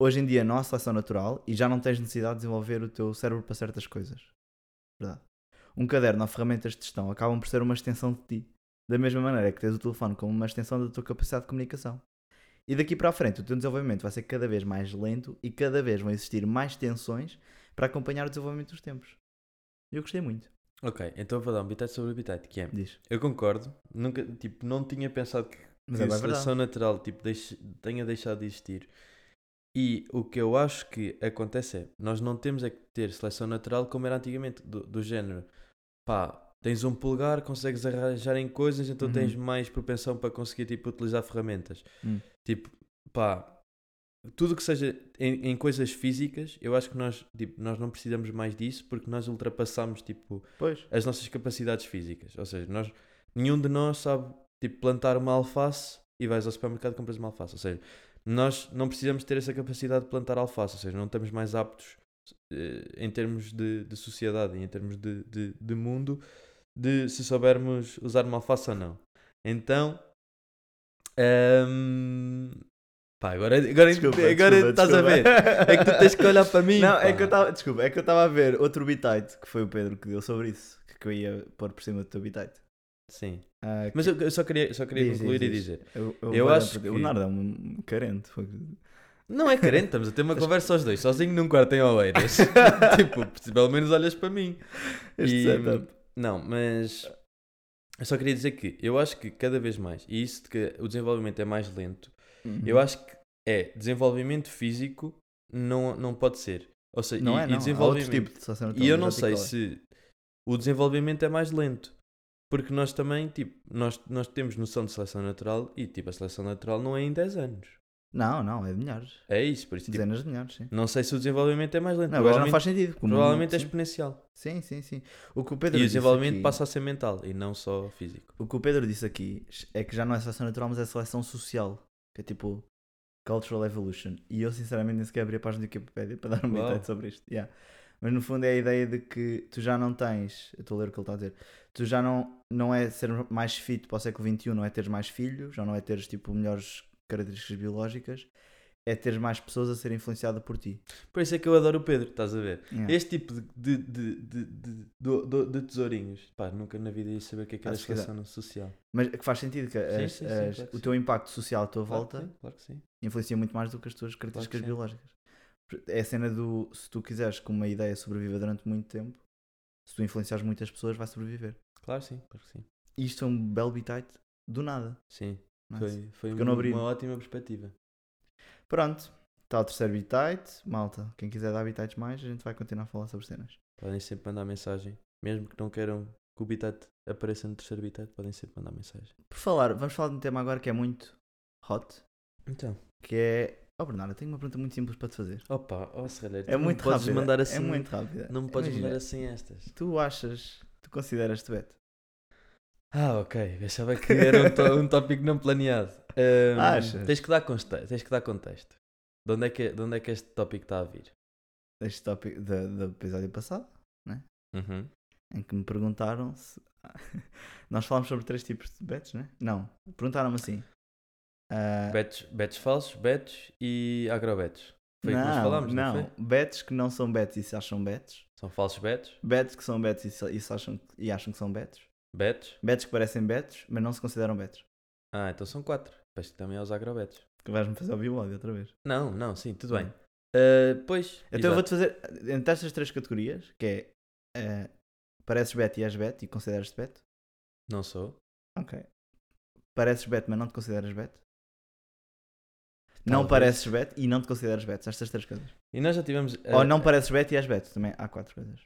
S1: Hoje em dia não há seleção natural e já não tens necessidade de desenvolver o teu cérebro para certas coisas. Verdade. Um caderno ou ferramentas de gestão acabam por ser uma extensão de ti. Da mesma maneira que tens o telefone como uma extensão da tua capacidade de comunicação. E daqui para a frente, o teu desenvolvimento vai ser cada vez mais lento e cada vez vão existir mais tensões para acompanhar o desenvolvimento dos tempos. Eu gostei muito.
S2: Ok, então vou dar um Bitat sobre o Bitat, que é.
S1: Diz.
S2: Eu concordo. Nunca, tipo, não tinha pensado que
S1: Mas
S2: que
S1: é
S2: a
S1: bem verdade.
S2: seleção natural tipo, deixe- tenha deixado de existir. E o que eu acho que acontece é, nós não temos é que ter seleção natural como era antigamente, do, do género, pá, tens um polegar, consegues arranjar em coisas, então
S1: Uhum.
S2: tens mais propensão para conseguir, tipo, utilizar ferramentas.
S1: Hum.
S2: Tipo, pá, tudo que seja em, em coisas físicas, eu acho que nós, tipo, nós não precisamos mais disso, porque nós ultrapassamos, tipo,
S1: Pois.
S2: as nossas capacidades físicas. Ou seja, nós, nenhum de nós sabe tipo, plantar uma alface e vais ao supermercado e compras uma alface. Ou seja, nós não precisamos ter essa capacidade de plantar alface. Ou seja, não estamos mais aptos eh, em termos de, de sociedade, em termos de, de, de mundo, de se soubermos usar uma alface ou não. Então. ehm, pá, agora, agora,
S1: Desculpa,
S2: agora
S1: desculpa,
S2: estás a ver.
S1: desculpa.
S2: É que tu tens que olhar para mim.
S1: Não, é
S2: pá.
S1: que eu estava. Desculpa, é que eu estava a ver outro bitite que foi o Pedro que deu sobre isso. Que, que eu ia pôr por cima do teu bitite.
S2: Sim.
S1: Ah,
S2: Mas eu, eu só queria, só queria
S1: Diz, diz,
S2: concluir
S1: diz.
S2: e dizer.
S1: eu,
S2: eu
S1: vou dar
S2: acho
S1: para ti.
S2: que-
S1: O Nardo é um carente. foi-
S2: Não é carente, estamos a ter uma conversa aos dois, sozinho num quarto em
S1: [LAUGHS]
S2: Oeiras. tipo, pelo menos olhas para mim.
S1: Este
S2: E-
S1: setup.
S2: Não, mas eu só queria dizer que eu acho que cada vez mais, e isso de que o desenvolvimento é mais lento,
S1: Uhum.
S2: eu acho que é desenvolvimento físico não, não pode ser. Ou seja,
S1: Não
S2: e, e
S1: é, não. Há outro
S2: desenvolvimento.
S1: tipo de seleção natural,
S2: E eu
S1: mas
S2: não
S1: já
S2: sei
S1: qual é.
S2: se o desenvolvimento é mais lento. Porque nós também, tipo, nós, nós temos noção de seleção natural e, tipo, a seleção natural não é em 10 anos.
S1: Não, não, é de milhares.
S2: É isso, por isso, tipo,
S1: Dezenas de milhares, sim.
S2: não sei se o desenvolvimento é mais lento.
S1: Não, agora já não
S2: Provavelmente-
S1: faz sentido. porque o mundo-
S2: Provavelmente é
S1: sim.
S2: exponencial.
S1: Sim, sim, sim. O que o Pedro
S2: e o
S1: disse
S2: desenvolvimento
S1: aqui-
S2: passa a ser mental e não só físico.
S1: O que o Pedro disse aqui é que já não é seleção natural, mas é seleção social. Que é tipo Cultural Evolution. E eu sinceramente nem sequer abri a página do Wikipedia para dar um
S2: Uau.
S1: bitite sobre isto. Yeah. Mas no fundo é a ideia de que tu já não tens. Eu estou a ler o que ele está a dizer. Tu já não. Não é ser mais fit para o século XXI, não é teres mais filhos, ou não é teres tipo melhores características biológicas, é teres mais pessoas a ser influenciadas por ti.
S2: Por isso é que eu adoro o Pedro, estás a ver?
S1: Yeah.
S2: Este tipo de, de, de, de, de- do- do- de tesourinhos. Pá, nunca na vida ia saber o que é que era
S1: Ah, se calhar.
S2: relação social.
S1: Mas é que faz sentido que
S2: Sim,
S1: as-
S2: sim, sim,
S1: as-
S2: claro que
S1: o
S2: sim.
S1: teu impacto social à tua
S2: Claro
S1: volta
S2: que sim, Claro que sim.
S1: influencia muito mais do que as tuas características
S2: sim.
S1: biológicas. É a cena do se tu quiseres que uma ideia sobreviva durante muito tempo, se tu influenciares muitas pessoas, vai sobreviver.
S2: Claro que sim, claro que sim.
S1: E isto é um belo bitite do nada.
S2: Sim,
S1: Nice.
S2: foi, foi
S1: Porque eu não é?
S2: uma,
S1: abri.
S2: uma ótima perspectiva.
S1: Pronto, está o terceiro bitite. Malta, quem quiser dar bitites mais, a gente vai continuar a falar sobre cenas.
S2: Podem sempre mandar mensagem. Mesmo que não queiram que o Bitat apareça no terceiro Bitat, podem sempre mandar mensagem.
S1: Por falar, vamos falar de um tema agora que é muito hot,
S2: Então,
S1: que é. Oh Bernardo, eu tenho uma pergunta muito simples para te fazer.
S2: opa, ó serralheiro. tu
S1: É muito
S2: não podes
S1: rápida.
S2: mandar assim.
S1: É muito rápida.
S2: Não me podes
S1: Imagina,
S2: mandar assim estas.
S1: Tu achas, tu consideras-te Beto?
S2: Ah, ok. Eu Achava
S1: [LAUGHS]
S2: que era um, tó- um tópico não planeado. Ahm,
S1: Achas?
S2: Tens que, dar conte- tens que dar contexto. De onde é que, de onde é que este tópico está a vir?
S1: Deste tópico da- do episódio passado, Uhum. em que me perguntaram se. [LAUGHS] Nós falámos sobre três tipos de bets, né? Não. Perguntaram-me assim. ah,
S2: Betos, betos falsos, betos e agrobetos. Foi o que nós
S1: não,
S2: falámos, não,
S1: não.
S2: foi?
S1: bets que não são bets e se acham bets.
S2: São falsos betos,
S1: Bets que são bets e, se- e se acham, e acham que são bets.
S2: betos.
S1: Bets que parecem bets, mas não se consideram bets.
S2: Ah, então são quatro. Depois também há os agrobetos.
S1: Que vais-me fazer ouvir o áudio outra vez.
S2: Não, não, sim, tudo bem.
S1: Hum.
S2: Ah, pois.
S1: Então
S2: exato.
S1: eu vou-te fazer. Entre estas três categorias, que é. ah, pareces bet e és bet e consideras-te bet.
S2: Não sou.
S1: Ok. Pareces bet, mas não te consideras bet? Não
S2: Talvez.
S1: pareces bet e não te consideras bet. Estas três coisas.
S2: E nós já tivemos. ah,
S1: Ou não pareces bet e és bet. Também há quatro coisas.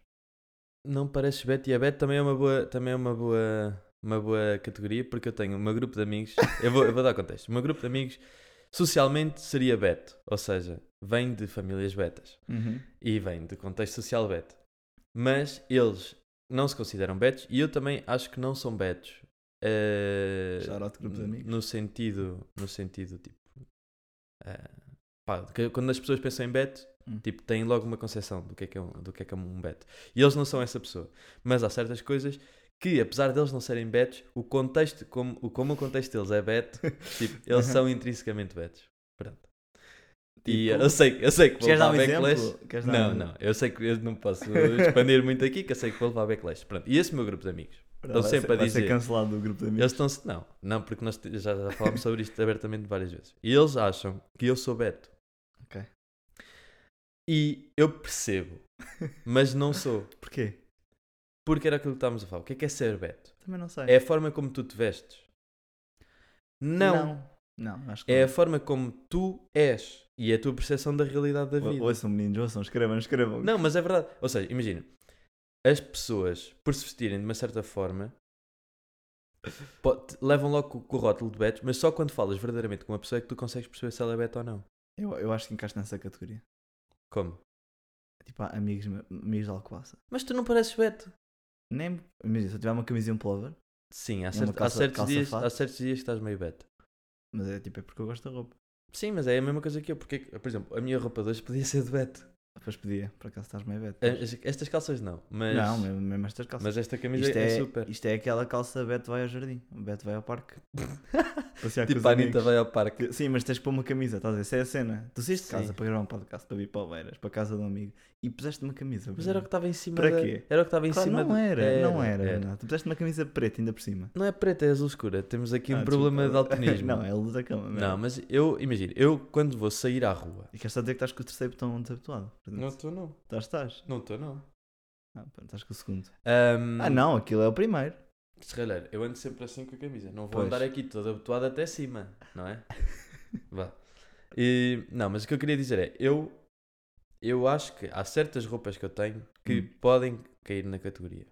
S2: Não pareces Beto e a Beto também é uma boa, também é uma boa, uma boa categoria, porque eu tenho um grupo de amigos, eu vou, eu vou dar contexto, o meu grupo de amigos socialmente seria Beto, ou seja, vem de famílias betas e vem de contexto social Beto, mas eles não se consideram Betos e eu também acho que não são Betos. eh,
S1: Shout out, grupo de
S2: n-
S1: amigos.
S2: No sentido, no sentido tipo. eh, pá, que- quando as pessoas pensam em bet,
S1: Hum. [LAUGHS]
S2: tipo, têm logo uma concepção do que, é que é um, do que é que é um bet. E eles não são essa pessoa. Mas há certas coisas que, apesar deles não serem bets, o contexto, como, o- como o contexto deles é bet, tipo, eles são intrinsecamente bets. Pronto. E
S1: Tipo,
S2: eu sei, eu sei que vou
S1: Queres dar
S2: levar
S1: um
S2: backlash.
S1: exemplo? Queres dar
S2: Não,
S1: um-
S2: não, eu sei que eu não posso expandir muito aqui, que eu sei que vou levar backlash. Pronto. E esse meu grupo de amigos.
S1: Vai
S2: sempre
S1: ser-
S2: a
S1: vai ser
S2: dizer.
S1: cancelado do grupo de amigos.
S2: Eles estão-se. Não, não, porque nós te- já, já falámos sobre isto abertamente várias vezes. E eles acham que eu sou Beto.
S1: Ok.
S2: E eu percebo, mas não sou.
S1: Porquê?
S2: Porque era aquilo que estávamos a falar. O que é que é ser Beto?
S1: Também não sei.
S2: É a forma como tu te vestes. Não.
S1: Não, não, acho que
S2: É a
S1: não.
S2: forma como tu és. E é a tua percepção da realidade da
S1: Ou-
S2: vida.
S1: Ouçam, meninos, ouçam, escrevam, escrevam.
S2: Não, mas é verdade. Ou seja, imagina. As pessoas, por se vestirem de uma certa forma, po- te- levam logo com- com o rótulo de betos, mas só quando falas verdadeiramente com uma pessoa é que tu consegues perceber se ela é beta ou não.
S1: Eu, eu acho que encaixo nessa categoria.
S2: Como?
S1: Tipo, há amigos, me- amigos de Alcobaça.
S2: Mas tu não pareces beto.
S1: Nem. Imagina, se eu tiver uma camisa e um plover,
S2: Sim, há,
S1: É uma
S2: certo- há
S1: calça-
S2: certos
S1: calça
S2: dias,
S1: fato.
S2: há certos dias que estás meio beta.
S1: mas é tipo, é porque eu gosto da roupa.
S2: Sim, mas é a mesma coisa que eu. Porque, é que- por exemplo, a minha roupa de hoje podia ser de beto.
S1: Depois pedia, por acaso estás meio beta.
S2: As- Estas calças não, É, mas,
S1: Não, mesmo, mesmo estas calças.
S2: mas esta camisa
S1: Isto
S2: é,
S1: é,
S2: super.
S1: isto é aquela calça Beto vai ao jardim, Beto vai
S2: [LAUGHS]
S1: ao parque. Passear com
S2: tipo,
S1: os
S2: a Anitta
S1: amigos.
S2: vai ao parque.
S1: Sim, mas tens é que pôr uma camisa, estás a ver? Essa é a cena. Tu saíste de casa
S2: Sim.
S1: para gravar um podcast, para vir para Alveiras, para a casa de um amigo e puseste uma camisa.
S2: Mas era o que
S1: Bernardo.
S2: estava em cima
S1: Para
S2: da-
S1: quê?
S2: Era o que estava em
S1: Claro,
S2: cima É,
S1: não
S2: da-
S1: era, não era,
S2: era.
S1: Bernardo. Tu puseste uma camisa preta ainda por cima.
S2: Não é preta, é azul escura. Temos aqui um
S1: Ah,
S2: problema de
S1: desculpa.
S2: daltonismo.
S1: [LAUGHS] não, é a luz da cama.
S2: Não,
S1: Não.
S2: mas eu, imagino, eu quando vou sair à rua.
S1: E queres só dizer que estás com o terceiro botão desabituado.
S2: Não estou, não.
S1: Estás, estás.
S2: Não estou, não.
S1: Ah, pronto, estás com o segundo.
S2: Ahm,
S1: Ah, não, aquilo é o primeiro.
S2: Serralheiro, eu ando sempre assim com a camisa. Não vou
S1: Pois.
S2: andar aqui todo abotoado até cima, não
S1: [LAUGHS]
S2: é? Vá. E, não, mas o que eu queria dizer é, eu, eu acho que há certas roupas que eu tenho que
S1: Hum.
S2: podem cair na categoria.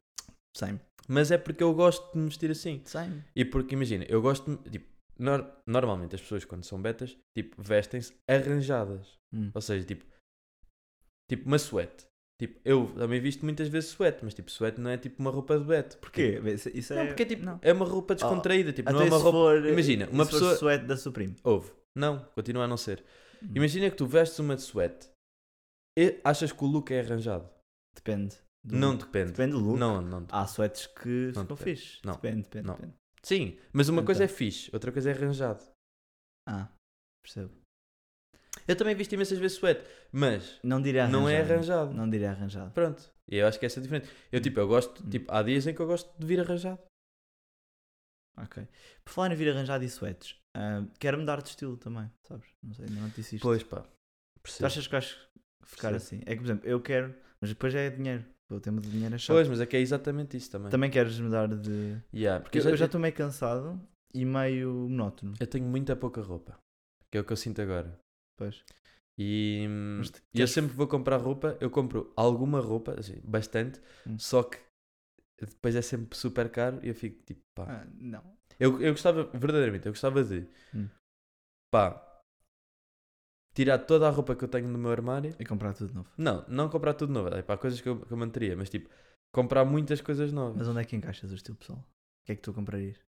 S1: Sem.
S2: Mas é porque eu gosto de me vestir assim.
S1: Sem.
S2: E porque, imagina, eu gosto de... Tipo, nor- normalmente as pessoas quando são betas, tipo, vestem-se arranjadas.
S1: Hum.
S2: Ou seja, tipo, tipo uma suéte. Tipo, eu também visto muitas vezes suéte, mas tipo, suéte não é tipo uma roupa de beto.
S1: Porquê? Isso- Isso é...
S2: Não, porque é tipo,
S1: Não.
S2: é uma roupa descontraída, tipo, não é
S1: Ah, Até
S2: uma
S1: se
S2: roupa.
S1: for- eh,
S2: imagina, uma
S1: se
S2: pessoa-
S1: For suéte da Supreme.
S2: Houve. Não, continua a não ser.
S1: Hum.
S2: Imagina que tu vestes uma de suéte e achas que o look é arranjado.
S1: Depende. do-
S2: Não depende.
S1: Hum. Depende do look.
S2: Não, não.
S1: Há sweats que
S2: Não
S1: ficam
S2: depende.
S1: fixe.
S2: Não.
S1: Depende, depende,
S2: Não.
S1: depende.
S2: Sim, mas uma
S1: Então.
S2: coisa é fixe, outra coisa é arranjado.
S1: Ah, percebo.
S2: Eu também visto imensas vezes suéte, mas
S1: Não diria arranjado. né?
S2: não é arranjado.
S1: Não diria arranjado.
S2: Pronto. E eu acho que essa é diferente. Eu, tipo, eu gosto,
S1: Hum.
S2: tipo, há dias em que eu gosto de vir arranjado.
S1: Ok. Por falar em vir arranjado e sweats, ah, quero mudar de estilo também, sabes? Não sei, ainda não te disse isto.
S2: Pois, pá.
S1: Tu
S2: Percebo.
S1: achas que vais ficar
S2: Percebo.
S1: assim? É que, por exemplo, eu quero, mas depois é dinheiro. O tema do dinheiro é chato.
S2: Pois, mas é que é exatamente isso também.
S1: Também queres mudar de.
S2: Yeah, porque
S1: Porque eu já estou meio cansado e meio monótono.
S2: eu tenho muita pouca roupa. Que é o que eu sinto agora.
S1: Pois.
S2: E hum,
S1: Mas te-
S2: e eu
S1: queres-
S2: sempre que vou comprar roupa, eu compro alguma roupa, assim, bastante,
S1: Hum.
S2: só que depois é sempre super caro e eu fico tipo, pá.
S1: Ah, não.
S2: Eu, eu gostava, verdadeiramente, eu gostava de
S1: Hum.
S2: pá, tirar toda a roupa que eu tenho no meu armário.
S1: E comprar tudo de novo.
S2: Não, não comprar tudo novo, é pá, coisas que eu, que eu manteria, mas tipo, comprar muitas coisas novas.
S1: Mas onde é que encaixas o estilo pessoal? O que é que tu comprarias?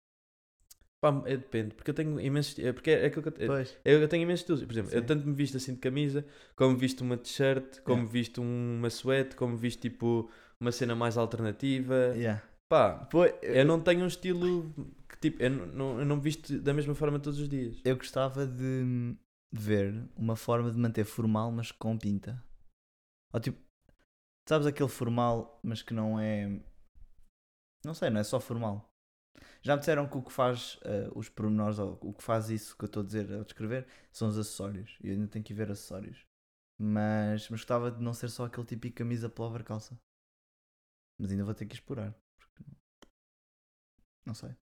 S2: Pá, é, depende, porque eu tenho imensos. é Porque é aquilo que eu, te-
S1: Pois.
S2: eu, eu tenho imensos estilos. Por exemplo, eu
S1: Sim.
S2: tanto me visto assim de camisa, como visto uma t-shirt, como
S1: Yeah.
S2: visto um, uma suéte, como visto tipo uma cena mais alternativa.
S1: Yeah.
S2: Pá,
S1: Pois,
S2: eu não tenho um estilo que tipo, eu não, eu não visto da mesma forma todos os dias.
S1: Eu gostava de de ver uma forma de manter formal, mas com pinta. Ou tipo, sabes aquele formal, mas que não é. Não sei, não é só formal. Já me disseram que o que faz eh, os pormenores, ou o que faz isso que eu estou a dizer, a descrever, são os acessórios. E eu ainda tenho que ir ver acessórios. Mas, mas gostava de não ser só aquele típico camisa, plover, calça. Mas ainda vou ter que explorar. porque- Não sei. É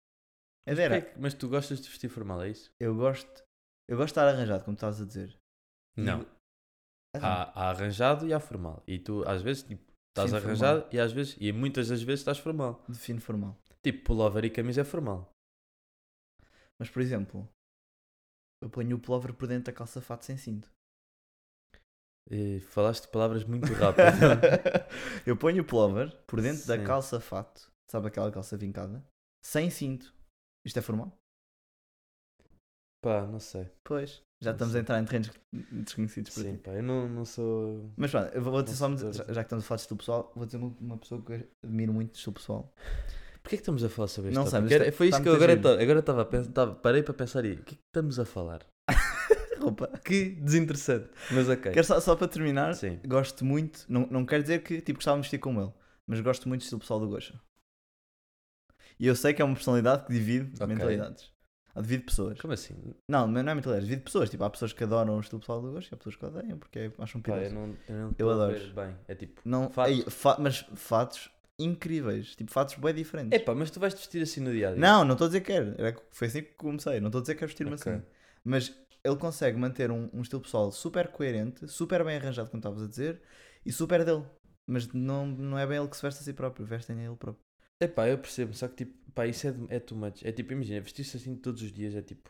S2: Mas
S1: ver,
S2: porquê que- mas tu gostas de vestir formal, é isso?
S1: eu gosto. Eu gosto de estar arranjado, como estás a dizer. E- Ah,
S2: Não.
S1: Arran-
S2: Há, há arranjado e há formal. E tu, às vezes, tipo, estás
S1: Sim,
S2: arranjado e às vezes, e muitas das vezes estás formal.
S1: Defino formal.
S2: Tipo, pullover e camisa é formal.
S1: Mas, por exemplo, eu ponho o plover por dentro da calça fato sem cinto.
S2: E falaste palavras muito rápido.
S1: [LAUGHS] eu ponho o plover por dentro da
S2: Sim.
S1: calça fato, sabe aquela calça vincada? Sem cinto. Isto é formal?
S2: pá, não sei.
S1: Pois. Já
S2: Não
S1: estamos a
S2: sei.
S1: entrar em terrenos desconhecidos para
S2: Sim,
S1: ti.
S2: pá, eu não, não sou.
S1: Mas pronto, eu vou vou dizer
S2: Não sei.
S1: só, já já que estamos a falar de estilo pessoal, vou dizer uma, uma pessoa que eu admiro muito de estilo pessoal. [LAUGHS]
S2: Porquê que estamos a falar sobre isto?
S1: Não sei, mas
S2: Era-
S1: tá-
S2: Foi isso
S1: tá
S2: que eu
S1: muito
S2: agora
S1: giro.
S2: estava. Agora estava a pensar. tava- Parei para pensar e. O que é que estamos a falar?
S1: Roupa.
S2: Que desinteressante. Mas ok.
S1: Quero só, só para terminar,
S2: Sim.
S1: gosto muito, não, não quer dizer que tipo, gostava de vestir como ele, mas gosto muito do estilo pessoal do Gosha. E eu sei que é uma personalidade que divide
S2: Ok.
S1: mentalidades. Ou divide pessoas.
S2: Como assim?
S1: Não, mas não é mentalidades, divide pessoas. Tipo, há pessoas que adoram o estilo pessoal do Gosha e há pessoas que odeiam porque acham
S2: Pá, eu
S1: piroso.
S2: não, eu não tô a
S1: adoro.
S2: ver bem. É tipo.
S1: Não,
S2: Fatos.
S1: ei, fa- mas fatos incríveis. Tipo, fatos bem diferentes.
S2: Epá, mas tu vais vestir assim no dia a dia.
S1: não, não estou a dizer que era. Era que Foi assim que comecei. Não estou a dizer que quero vestir-me
S2: Ok.
S1: assim. Mas ele consegue manter um, um estilo pessoal super coerente, super bem arranjado, como estavas a dizer, e super dele. Mas não, não é bem ele que se veste a si próprio, vestem a ele próprio.
S2: Epá, eu percebo, só que tipo, pá, isso é, de- é too much. É tipo, imagina, vestir-se assim todos os dias é tipo.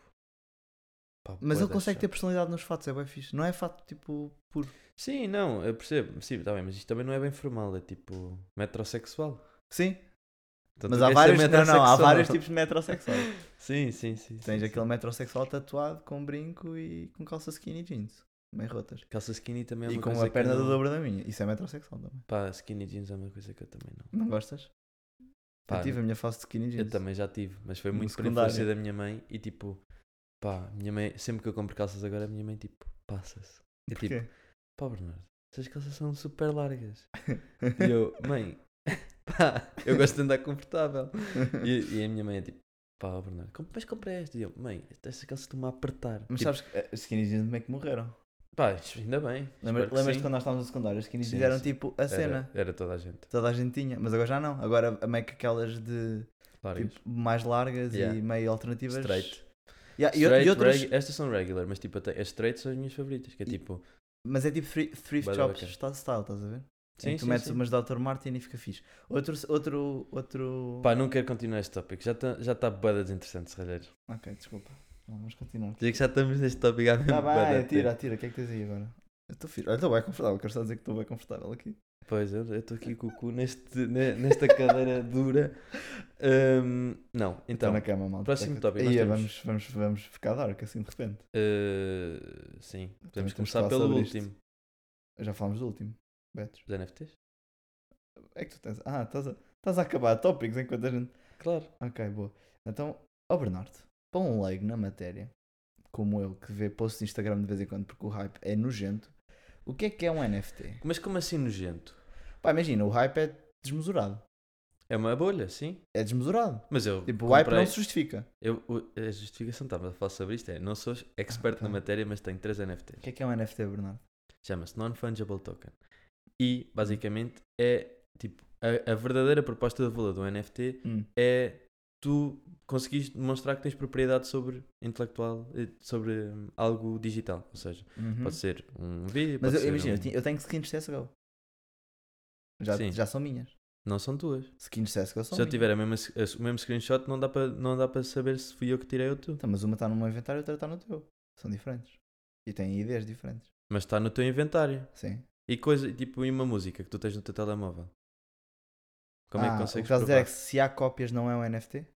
S2: pá,
S1: Mas
S2: bué
S1: ele
S2: da
S1: consegue ter
S2: chato.
S1: personalidade nos fatos, é bem fixe. Não é fato tipo puro.
S2: Sim, não, eu percebo, sim, tá bem, mas isto também não é bem formal, é tipo metrosexual.
S1: Sim,
S2: Então,
S1: mas
S2: tu
S1: há
S2: queres ser
S1: vários, não, não, há
S2: metrosexual.
S1: vários tipos
S2: [LAUGHS]
S1: de metrosexual.
S2: Sim, sim, sim.
S1: Tens
S2: sim,
S1: aquele
S2: sim.
S1: metrosexual tatuado com brinco e com calça skinny jeans, meio rotas.
S2: Calça skinny também é
S1: e
S2: uma
S1: com
S2: coisa
S1: a perna
S2: que eu
S1: do
S2: não...
S1: dobro da minha. Isso é metrosexual também.
S2: Pá, skinny jeans é uma coisa que eu também não.
S1: Não gostas?
S2: Pá,
S1: eu tive a minha face de skinny jeans.
S2: eu também já tive, mas foi
S1: No
S2: muito por
S1: secundário.
S2: influência da minha mãe e tipo, pá, minha mãe, sempre que eu compro calças agora, a minha mãe tipo, passa-se. É tipo,
S1: Porquê?
S2: pá, Bernardo, essas calças são super
S1: [LAUGHS]
S2: largas. E eu, mãe, [LAUGHS] pá, eu gosto de andar confortável. E, e a minha mãe é tipo, pá, Bernardo, como- mas compra esta. E eu, mãe, estas calças estão-me a apertar.
S1: Mas
S2: tipo,
S1: sabes que eh, os skinny jeans meio que morreram.
S2: pá, isto ainda bem.
S1: Lembra-
S2: espero que
S1: Lembras-te
S2: sim.
S1: quando nós estávamos no secundário? Os skinny jeans
S2: Sim,
S1: eram
S2: sim.
S1: tipo a cena.
S2: Era, era toda a gente.
S1: Toda a gente tinha, mas agora já não. Agora é meio que aquelas de
S2: Largas.
S1: tipo, mais largas
S2: Yeah.
S1: e meio alternativas.
S2: Straight.
S1: Yeah, e-
S2: Straight,
S1: e, outras,
S2: reg- Estas são regular, mas tipo, até, as straight são as minhas favoritas. Que é
S1: E-
S2: tipo,
S1: Mas é tipo thri- thrift
S2: Bué da
S1: shops
S2: bacana.
S1: sta- style, estás a ver? Sim,
S2: sim,
S1: tu
S2: sim,
S1: metes
S2: sim.
S1: umas da Dr. Martin e fica fixe. Outro. outro, outro...
S2: Pá, não quero continuar este tópico. Já está já tá bué de desinteressante, se calhar.
S1: Ok, desculpa. Não, vamos continuar.
S2: Dizer que já estamos neste tópico há mesmo [LAUGHS]
S1: Tá
S2: bué de
S1: bem,
S2: tempo.
S1: atira, atira. O que é que tens aí agora? Eu estou fixe. Olha, estou bem confortável. Quero só dizer que estou bem confortável aqui.
S2: Pois, eu eu estou aqui com o cu neste, ne- nesta cadeira [LAUGHS] dura. Ahm, não,
S1: Estou
S2: então.
S1: na cama, malta. Tá
S2: próximo tópico, nós
S1: Ia,
S2: temos-
S1: vamos, vamos, vamos ficar dark assim de repente.
S2: eh, sim,
S1: Temos
S2: podemos
S1: que
S2: começar
S1: falar
S2: pelo
S1: sobre isto.
S2: último.
S1: Já falámos do último. Betos.
S2: Os NFTs?
S1: É que tu tens. Ah, estás a, estás a acabar tópicos enquanto a gente.
S2: Claro.
S1: Ok, boa. Então, ó Bernardo, para um leigo na matéria, como eu, que vê posts de Instagram de vez em quando porque o hype é nojento, o que é que é um NFT?
S2: Mas como assim nojento?
S1: Pá, imagina, o hype é desmesurado.
S2: É uma bolha, sim.
S1: É desmesurado.
S2: Mas eu.
S1: Tipo, o
S2: comprei...
S1: hype não se justifica.
S2: eu- o- A justificação que estava a falar sobre isto é: não sou expert
S1: Ah,
S2: na
S1: tá.
S2: matéria, mas tenho 3 NFTs.
S1: O que é que é um NFT, Bernardo?
S2: Chama-se Non-Fungible Token. E, basicamente, é tipo. A, a verdadeira proposta de valor do NFT
S1: Hum.
S2: é tu conseguires demonstrar que tens propriedade sobre intelectual, eh, sobre hum, algo digital. Ou seja,
S1: Uhum.
S2: pode ser um vídeo,
S1: Mas
S2: pode
S1: eu,
S2: ser
S1: imagina,
S2: um-
S1: eu, tinha- eu tenho skins de CSGO. Já,
S2: Sim.
S1: já são minhas.
S2: Não são tuas.
S1: Skins de CSGO são
S2: Se eu
S1: minhas.
S2: tiver a mesma, a- o mesmo screenshot, não dá para não dá para saber se fui eu que tirei ou tu.
S1: Então, mas uma está no meu inventário e outra está no teu. São diferentes. E têm ideias diferentes.
S2: Mas está no teu inventário.
S1: Sim.
S2: E coisa, tipo, e uma música que tu tens no teu telemóvel. Como é
S1: Ah,
S2: que
S1: O que
S2: consegues
S1: estás a dizer
S2: provar?
S1: é que se há cópias não é um NFT?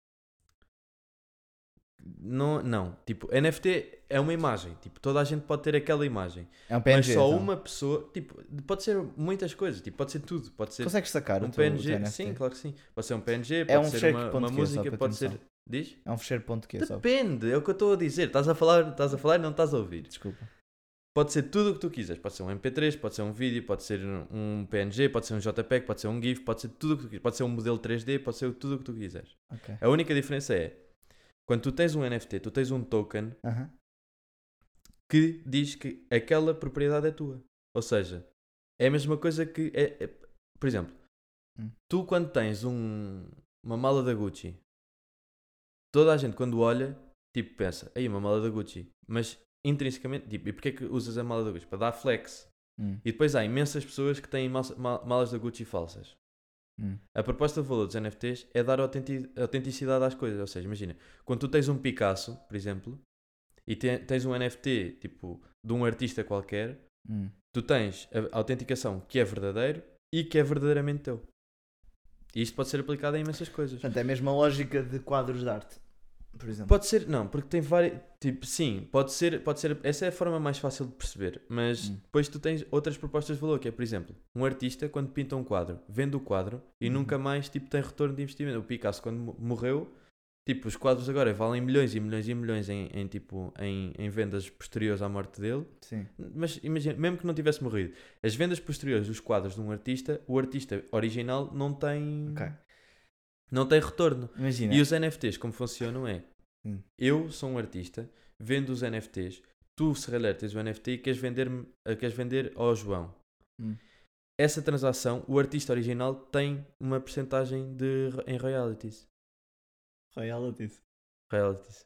S2: Não, não, tipo, NFT é uma imagem, tipo, toda a gente pode ter aquela imagem,
S1: É um
S2: mas
S1: PNG.
S2: só
S1: então.
S2: uma pessoa, tipo, pode ser muitas coisas, tipo, pode ser tudo, pode ser
S1: Consegues sacar
S2: um
S1: o teu, o teu
S2: PNG,
S1: NFT?
S2: sim, claro que sim, pode ser um PNG, pode
S1: um
S2: ser
S1: cheque
S2: uma,
S1: ponto
S2: uma
S1: Q, só
S2: música,
S1: para
S2: pode
S1: ter
S2: ser,
S1: noção.
S2: diz?
S1: É um fecheiro ponto quê? Só...
S2: Depende, é o que eu estou a dizer, estás a falar, estás a falar e não estás a ouvir.
S1: Desculpa.
S2: Pode ser tudo o que tu quiseres. Pode ser um MP3, pode ser um vídeo, pode ser um PNG, pode ser um JPEG, pode ser um GIF, pode ser tudo o que tu quiseres. Pode ser um modelo 3D, pode ser tudo o que tu quiseres.
S1: Ok.
S2: A única diferença é, quando tu tens um NFT, tu tens um token
S1: Aham.
S2: que diz que aquela propriedade é tua. Ou seja, é a mesma coisa que... É, é- por exemplo,
S1: Hum.
S2: tu quando tens um- uma mala da Gucci, toda a gente quando olha, tipo pensa, aí uma mala da Gucci. Mas intrinsecamente, tipo, e porquê que usas a mala da Gucci? Para dar flex.
S1: Hum.
S2: E depois há imensas pessoas que têm mal- mal- malas da Gucci falsas.
S1: Hum.
S2: A proposta de valor dos NFTs é dar autenti- autenticidade às coisas. Ou seja, imagina, quando tu tens um Picasso, por exemplo, e te- tens um NFT tipo de um artista qualquer,
S1: Hum.
S2: tu tens a autenticação que é verdadeiro e que é verdadeiramente teu. E isto pode ser aplicado a imensas coisas.
S1: Portanto, é a mesma lógica de quadros de arte, por exemplo.
S2: Pode ser, não, porque tem várias. Tipo, sim, pode ser, pode ser. Essa é a forma mais fácil de perceber. Mas
S1: Hum.
S2: depois tu tens outras propostas de valor, que é, por exemplo, um artista quando pinta um quadro, vende o quadro e
S1: Uhum.
S2: nunca mais tipo, tem retorno de investimento. O Picasso, quando mo- morreu, tipo, os quadros agora valem milhões e milhões e milhões em, em, tipo, em, em vendas posteriores à morte dele.
S1: Sim.
S2: Mas imagina, mesmo que não tivesse morrido, as vendas posteriores dos quadros de um artista, o artista original não tem.
S1: Ok.
S2: Não tem retorno.
S1: Imagina.
S2: E os NFTs, como funcionam é,
S1: Hum.
S2: eu sou um artista, vendo os NFTs, tu, se calhar, tens o NFT e queres vender, queres vender ao João.
S1: Hum.
S2: Essa transação, o artista original tem uma percentagem de, em royalties.
S1: Royalties.
S2: Royalties.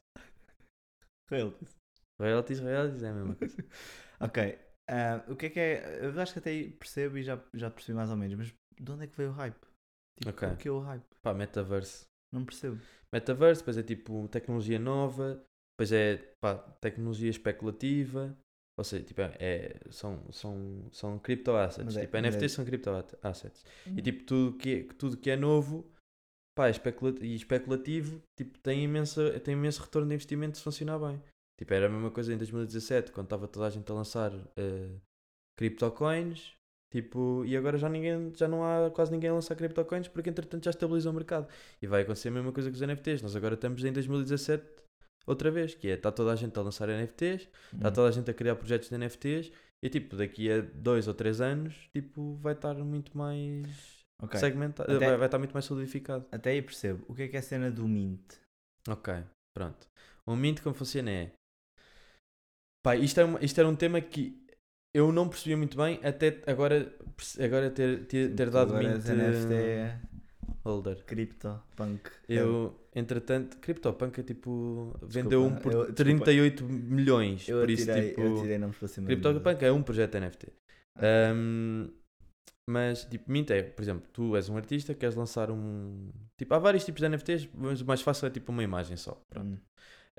S1: Royalties.
S2: Royalties, royalties é a mesma
S1: [LAUGHS]
S2: coisa.
S1: Ok. ah, o que é que é. Eu acho que até aí percebo e já, já percebi mais ou menos, mas de onde é que veio o hype? Tipo,
S2: Ok.
S1: o que é o hype?
S2: Pá, metaverse.
S1: Não percebo.
S2: Metaverse, depois é tipo tecnologia nova, depois é pá, tecnologia especulativa, ou seja, tipo, é, é- são, são, são
S1: Mas
S2: criptoassets.
S1: é-
S2: Tipo,
S1: mas é-
S2: NFTs são criptoassets.
S1: Uhum.
S2: E tipo, tudo que, que- tudo que é novo pá, é especula- e especulativo tipo, tem, imensa, tem imenso retorno de investimento se funcionar bem. Tipo, era a mesma coisa em 2017, quando estava toda a gente a lançar eh, criptocoins. Tipo, e agora já ninguém, já não há quase ninguém a lançar criptocoins porque entretanto já estabiliza o mercado. E vai acontecer a mesma coisa com os NFTs. Nós agora estamos em 2017 outra vez, que é está toda a gente a lançar NFTs, Está
S1: Hum.
S2: Tá toda a gente a criar projetos de NFTs e tipo, daqui a dois ou três anos, tipo, vai estar muito mais
S1: Ok.
S2: segmentado,
S1: Até-
S2: vai, vai estar muito mais solidificado.
S1: Até aí percebo. O que é que é a cena do Mint?
S2: Ok, pronto. O Mint como funciona é. Pá, isto, é uma- isto era um tema que eu não percebia muito bem até agora, perce- agora ter, ter, ter
S1: Tu
S2: dado
S1: Tipo, agora
S2: Mint
S1: és NFT,
S2: eh, holder.
S1: é cripto, punk.
S2: Eu, entretanto, CryptoPunk é tipo, vendeu um por
S1: eu- desculpa.
S2: 38 milhões.
S1: eu
S2: por isso,
S1: atirei,
S2: tipo.
S1: eu atirei nomes para cima. do meu.
S2: CryptoPunk é um projeto NFT.
S1: Ok.
S2: Um, mas, tipo, mint é, por exemplo, tu és um artista, queres lançar um. Tipo, há vários tipos de NFTs, mas o mais fácil é tipo uma imagem só. Pronto.
S1: Hum.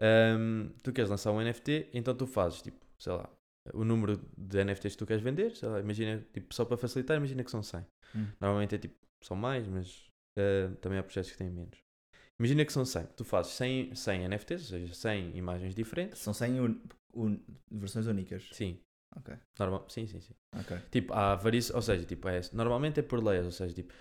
S2: Um, tu queres lançar um NFT, então tu fazes, tipo, sei lá, o número de NFTs que tu queres vender, sei lá, imagina, tipo, só para facilitar, imagina que são 100.
S1: Hum.
S2: Normalmente é tipo, são mais, mas uh, também há projetos que têm menos. Imagina que são 100, tu fazes 100, 100 NFTs, ou seja, 100 imagens diferentes.
S1: São 100 un- un- versões únicas.
S2: Sim.
S1: Ok.
S2: Normal, sim, sim, sim.
S1: Ok.
S2: Tipo, há variações, ou seja, tipo, é, normalmente é por layers, ou seja, tipo,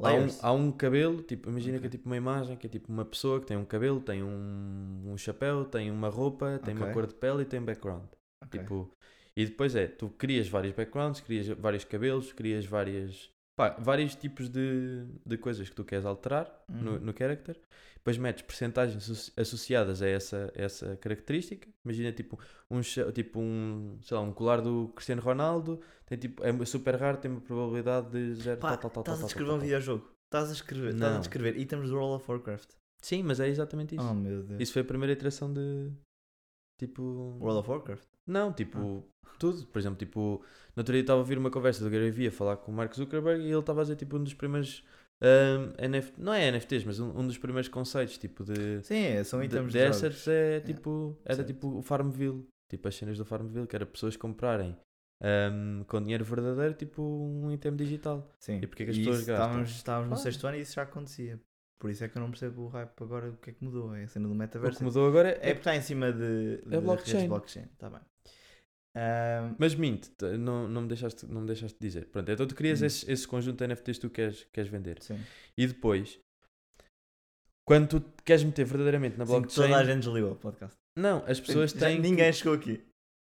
S2: há um,
S1: Layers.
S2: há um cabelo, tipo, imagina
S1: Ok.
S2: que é tipo uma imagem, que é tipo uma pessoa que tem um cabelo, tem um, um chapéu, tem uma roupa, tem uma
S1: Ok.
S2: cor de pele e tem background.
S1: Ok.
S2: Tipo, e depois é, tu crias vários backgrounds, crias vários cabelos, crias várias. Pá, vários tipos de, de coisas que tu queres alterar no,
S1: Uhum.
S2: no character. Depois metes percentagens asso- associadas a essa, essa característica. Imagina tipo um, cha- tipo um, sei lá, um colar do Cristiano Ronaldo, tem tipo, é super raro, tem uma probabilidade de zero
S1: Pá,
S2: tal, tal, tal, tal,
S1: estás a
S2: tal,
S1: descrever
S2: tal,
S1: um
S2: tal.
S1: videojogo. Estás a escrever, estás a
S2: Não.
S1: descrever itens do World of Warcraft.
S2: Sim, mas é exatamente isso.
S1: Oh meu Deus.
S2: Isso foi a primeira iteração de tipo
S1: World of Ah. Warcraft?
S2: Não, tipo, tudo. Por exemplo, tipo, no outro dia estava a ouvir uma conversa do Gary Vee a falar com o Mark Zuckerberg e ele estava a dizer, tipo, um dos primeiros ahm, NF não é NFTs, mas um, um dos primeiros conceitos, tipo, de,
S1: Sim, é, são
S2: de,
S1: itens
S2: de
S1: de jogos.
S2: assets é, tipo, era
S1: certo.
S2: tipo o Farmville, tipo as cenas do Farmville, que era pessoas comprarem ahm, com dinheiro verdadeiro, tipo, um item digital.
S1: Sim.
S2: E porque é que as pessoas
S1: isso
S2: gastam? Ah.
S1: Estávamos, estávamos no
S2: Claro.
S1: sexto ano e isso já acontecia. Por isso é que eu não percebo o hype agora, o que é que mudou. É a cena do
S2: O que
S1: metaverso.
S2: mudou agora
S1: É
S2: é...
S1: porque está em cima de, de redes
S2: blockchain.
S1: blockchain. Está bem. Ahm,
S2: Mas minto, t- não, não, me deixaste, não me deixaste dizer. Pronto, então tu crias
S1: Hum.
S2: esse, esse conjunto de NFTs que tu queres, queres vender.
S1: sim.
S2: E depois, quando tu te queres meter verdadeiramente na
S1: Sim,
S2: blockchain,
S1: toda a gente desligou o podcast.
S2: não, as pessoas
S1: Já
S2: têm. que-
S1: Ninguém chegou aqui.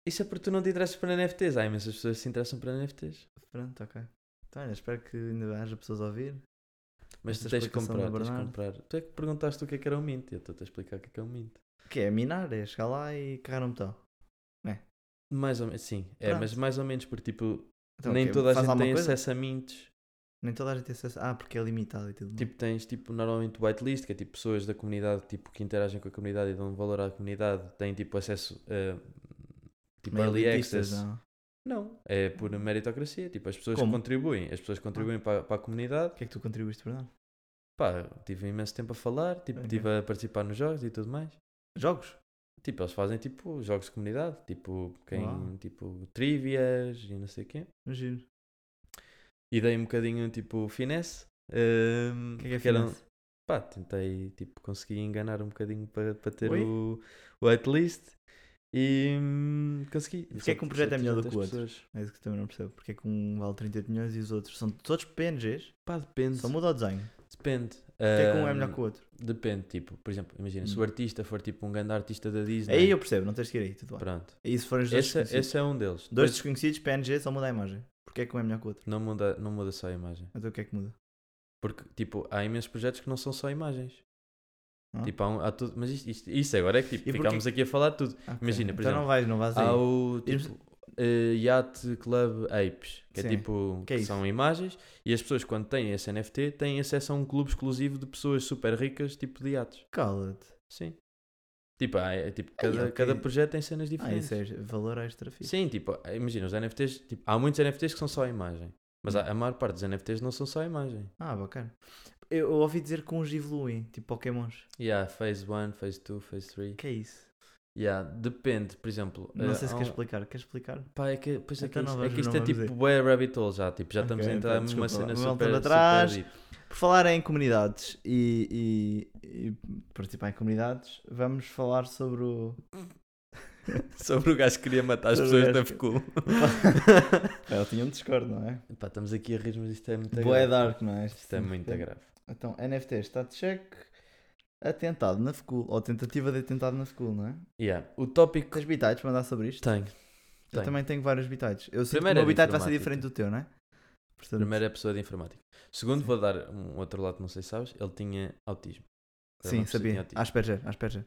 S2: Isso é porque tu não te interessas para NFTs. Há imensas pessoas que se interessam para NFTs.
S1: Pronto, ok. Então, olha, espero que ainda haja pessoas a ouvir.
S2: Mas
S1: Esta
S2: tu tens de
S1: explicação
S2: comprar,
S1: do
S2: tens de
S1: Bernardo.
S2: comprar. Tu é que perguntaste o que é que era o Mint. Eu estou-te a explicar o que é que é o Mint.
S1: Que é minar, é chegar lá e carregar um botão.
S2: Mais ou menos, sim. É, mas mais ou menos porque tipo,
S1: Então,
S2: nem
S1: ok,
S2: toda a
S1: faz
S2: gente
S1: alguma
S2: tem
S1: coisa?
S2: acesso a Mints.
S1: Nem toda a gente tem acesso. Ah, porque é limitado e tudo. mais.
S2: Tipo, tens tipo, normalmente whitelist, que é tipo pessoas da comunidade tipo, que interagem com a comunidade e dão valor à comunidade, têm tipo acesso a tipo
S1: Meio
S2: early
S1: elitistas,
S2: access.
S1: não? Hum.
S2: Não, é por meritocracia. Tipo, as pessoas
S1: Como? Ah.
S2: contribuem. As pessoas contribuem para, para a comunidade.
S1: O que é que tu contribuíste para dar?
S2: Pá, tive imenso tempo a falar, tipo,
S1: Ok.
S2: tive a participar nos jogos e tudo mais.
S1: Jogos?
S2: Tipo, eles fazem tipo jogos de comunidade, tipo, quem,
S1: Uau.
S2: tipo, trivias e não sei o quê.
S1: Imagino.
S2: E dei um bocadinho, tipo, finesse. ehm,
S1: O que é que é
S2: porque eram-
S1: finance?
S2: Pá, tentei, tipo, consegui enganar um bocadinho para, para ter
S1: Oi?
S2: o o whitelist e hum, consegui.
S1: Porque
S2: Só-
S1: é que um projeto
S2: só
S1: é melhor do
S2: 300
S1: que o outro?
S2: pessoas.
S1: É isso que eu também não percebo. Porque é que um vale 38 milhões e os outros são todos PNGs?
S2: Pá, depende.
S1: Só muda o desenho.
S2: Depende.
S1: Porque é que um é melhor que o outro?
S2: Depende, tipo, por exemplo, imagina, se
S1: Hum.
S2: o artista for tipo um grande artista da Disney.
S1: Aí eu percebo, não tens que ir aí, tudo bem.
S2: Pronto.
S1: E se forem os dois
S2: Esse, é-
S1: desconhecidos?
S2: esse é um deles.
S1: Dois
S2: Depois
S1: desconhecidos, PNG, só muda a imagem. Porque é que um é melhor que o outro?
S2: não muda, não muda só a imagem.
S1: Então o que é que muda?
S2: Porque, tipo, há imensos projetos que não são só imagens.
S1: Ah.
S2: Tipo, há, um, há tudo. Mas isto, isto- isso agora é que,
S1: E
S2: tipo,
S1: porquê
S2: ficámos aqui a falar de tudo.
S1: Ah, ok.
S2: Imagina, por
S1: então
S2: exemplo,
S1: não vais, não vais aí.
S2: Há o
S1: Diz-me-
S2: tipo, eh, Yacht Club Apes, que
S1: Sim.
S2: é tipo,
S1: Que é
S2: que
S1: isso?
S2: são imagens, e as pessoas quando têm esse NFT têm acesso a um clube exclusivo de pessoas super ricas, tipo de iates.
S1: Cala-te.
S2: Sim. Tipo, há- é, tipo cada,
S1: ok.
S2: cada projeto tem cenas
S1: Ah,
S2: diferentes.
S1: isso é valor extra fixe.
S2: Sim, tipo, imagina, os NFTs, tipo, há muitos NFTs que são só a imagem. Mas
S1: Hum.
S2: a, a maior parte dos NFTs não são só a imagem.
S1: Ah, bacana. Eu, eu ouvi dizer que uns evoluem, tipo Pokémons.
S2: Yeah, phase 1, phase 2, phase 3.
S1: que é isso?
S2: Yeah, depende, por exemplo.
S1: Não
S2: eh,
S1: sei se
S2: há
S1: queres
S2: um-
S1: explicar. Queres explicar?
S2: Pá, é que, pois é que,
S1: Então não
S2: isto, é
S1: vamos-
S2: que isto
S1: não
S2: é
S1: vamos
S2: tipo bué rabbit hole já, tipo, já estamos
S1: Ok,
S2: a entrar
S1: pronto,
S2: numa
S1: desculpa
S2: cena
S1: lá. Voltando
S2: super, super
S1: atrás.
S2: deep.
S1: Por falar em comunidades e, e- e participar em comunidades, vamos falar sobre o.
S2: Sobre o gajo que queria matar as
S1: Sobre o
S2: pessoas da
S1: gajo que-
S2: FECUL.
S1: Ah, Eu tinha um Discord, não é?
S2: [LAUGHS] Pá, estamos aqui a rir, mas isto é muito
S1: Boé
S2: grave.
S1: Dark, não é?
S2: Isto é muito grave.
S1: Então, NFT está de cheque. Atentado na FECUL, ou tentativa de atentado na FECUL, não é?
S2: Yeah. O tópico
S1: Tens bitites para andar sobre isto?
S2: tenho.
S1: Eu
S2: tenho.
S1: também tenho vários bitites. Eu sinto
S2: Primeiro
S1: que o
S2: é de
S1: meu bitite vai ser
S2: informática.
S1: diferente do teu, não é? Portanto,
S2: Primeiro é a pessoa de informática. Segundo, vou dar um outro lado, não sei se sabes, ele tinha autismo. Era
S1: Sim,
S2: uma pessoa que tinha
S1: sabia.
S2: autismo.
S1: Asperger, Asperger.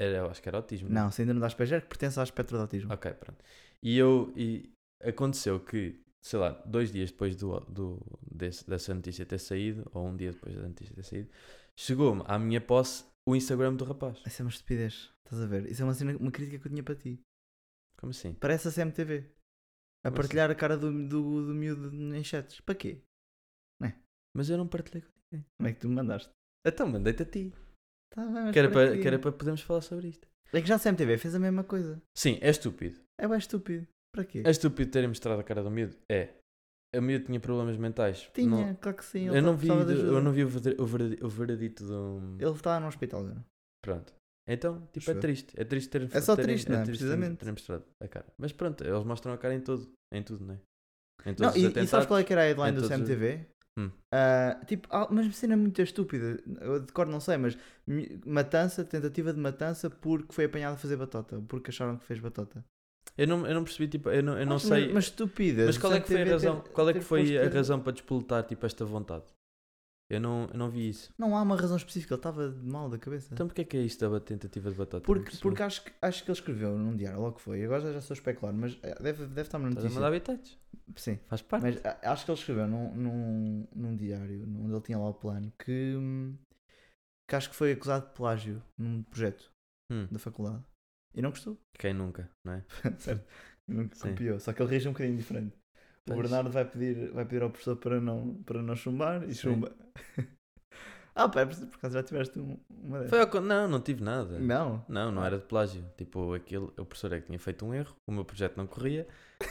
S2: Era, eu acho que era autismo.
S1: Não, síndrome de Asperger que pertence ao espectro de autismo.
S2: Ok, pronto. E eu e aconteceu que, sei lá, dois dias depois do, do, desse- dessa notícia ter saído, ou um dia depois da notícia ter saído, chegou-me à minha posse o Instagram do rapaz.
S1: Isso é uma estupidez, estás a ver? Isso é uma, cena- uma crítica que eu tinha para ti.
S2: Como assim?
S1: Parece a CMTV. A
S2: Como assim?
S1: partilhar a cara do, do, do miúdo em chats. Para quê?
S2: Mas eu não partilhei com ninguém.
S1: Como é que tu me mandaste?
S2: Então mandei-te a ti.
S1: Tá bem, mas
S2: Que era, para,
S1: quê?
S2: que era para podermos falar sobre isto.
S1: É que já a CMTV fez a mesma coisa.
S2: Sim, é estúpido.
S1: É bem estúpido. Para quê?
S2: É estúpido terem mostrado a cara do miúdo? É. O miúdo tinha problemas mentais.
S1: Tinha,
S2: Não-
S1: claro que sim. ele
S2: eu, não
S1: tá-
S2: vi,
S1: precisava de
S2: de- eu
S1: ajuda.
S2: não vi o, verde- o verde- o veredito um do.
S1: Ele estava no hospital, não? é?
S2: Pronto. Então, tipo, é
S1: Percebo.
S2: triste. É triste ter
S1: É só triste, não é?
S2: triste
S1: Precisamente.
S2: terem mostrado a cara. Mas pronto, eles mostram a cara em tudo. Em tudo, né? Em
S1: Não,
S2: todos os
S1: e, e
S2: atentados.
S1: sabes qual é que era a headline
S2: em
S1: do
S2: todos os-
S1: CMTV?
S2: Hum.
S1: Ah, tipo, ah, mas uma cena muito estúpida. Eu de cor não sei, mas mi- matança, tentativa de matança porque foi apanhado a fazer batota. Porque acharam que fez batota.
S2: Eu não, eu não percebi, tipo, eu não, eu não
S1: é- Mas-
S2: sei.
S1: Mas estúpida.
S2: Mas qual é que foi a
S1: CMTV ter-
S2: razão? Qual é que
S1: ter
S2: foi a
S1: posto-
S2: razão para despoletar tipo esta vontade? Eu não, eu não vi isso.
S1: Não há uma razão específica, ele estava mal da cabeça.
S2: Então porque é que é isto da ba- tentativa de Tipo, batata? Não
S1: Porque,
S2: percebo.
S1: porque acho, que, acho que ele escreveu num diário, logo foi. Agora já estou a especular, mas eh, deve, deve estar na
S2: estás a
S1: notícia.
S2: mandar habitantes.
S1: Sim.
S2: Faz parte.
S1: Mas a- acho que ele escreveu num, num, num diário onde ele tinha lá o plano que, hum, que acho que foi acusado de plágio num projeto
S2: Hum,
S1: da faculdade. E não gostou. [LAUGHS]
S2: quem nunca, não é?
S1: certo? E Não
S2: Sim.
S1: copiou. Só que ele reagiu um bocadinho diferente. O
S2: Pois.
S1: Bernardo vai pedir, vai pedir ao professor para não, para não chumbar e
S2: Sim.
S1: chumba. [LAUGHS] ah, pá, por acaso já tiveste um- uma dessas.
S2: Foi ao con- Não, não tive nada.
S1: Não.
S2: Não, não era de plágio. Tipo, aquele, o professor é que tinha feito um erro, o meu projeto não
S1: [LAUGHS]
S2: corria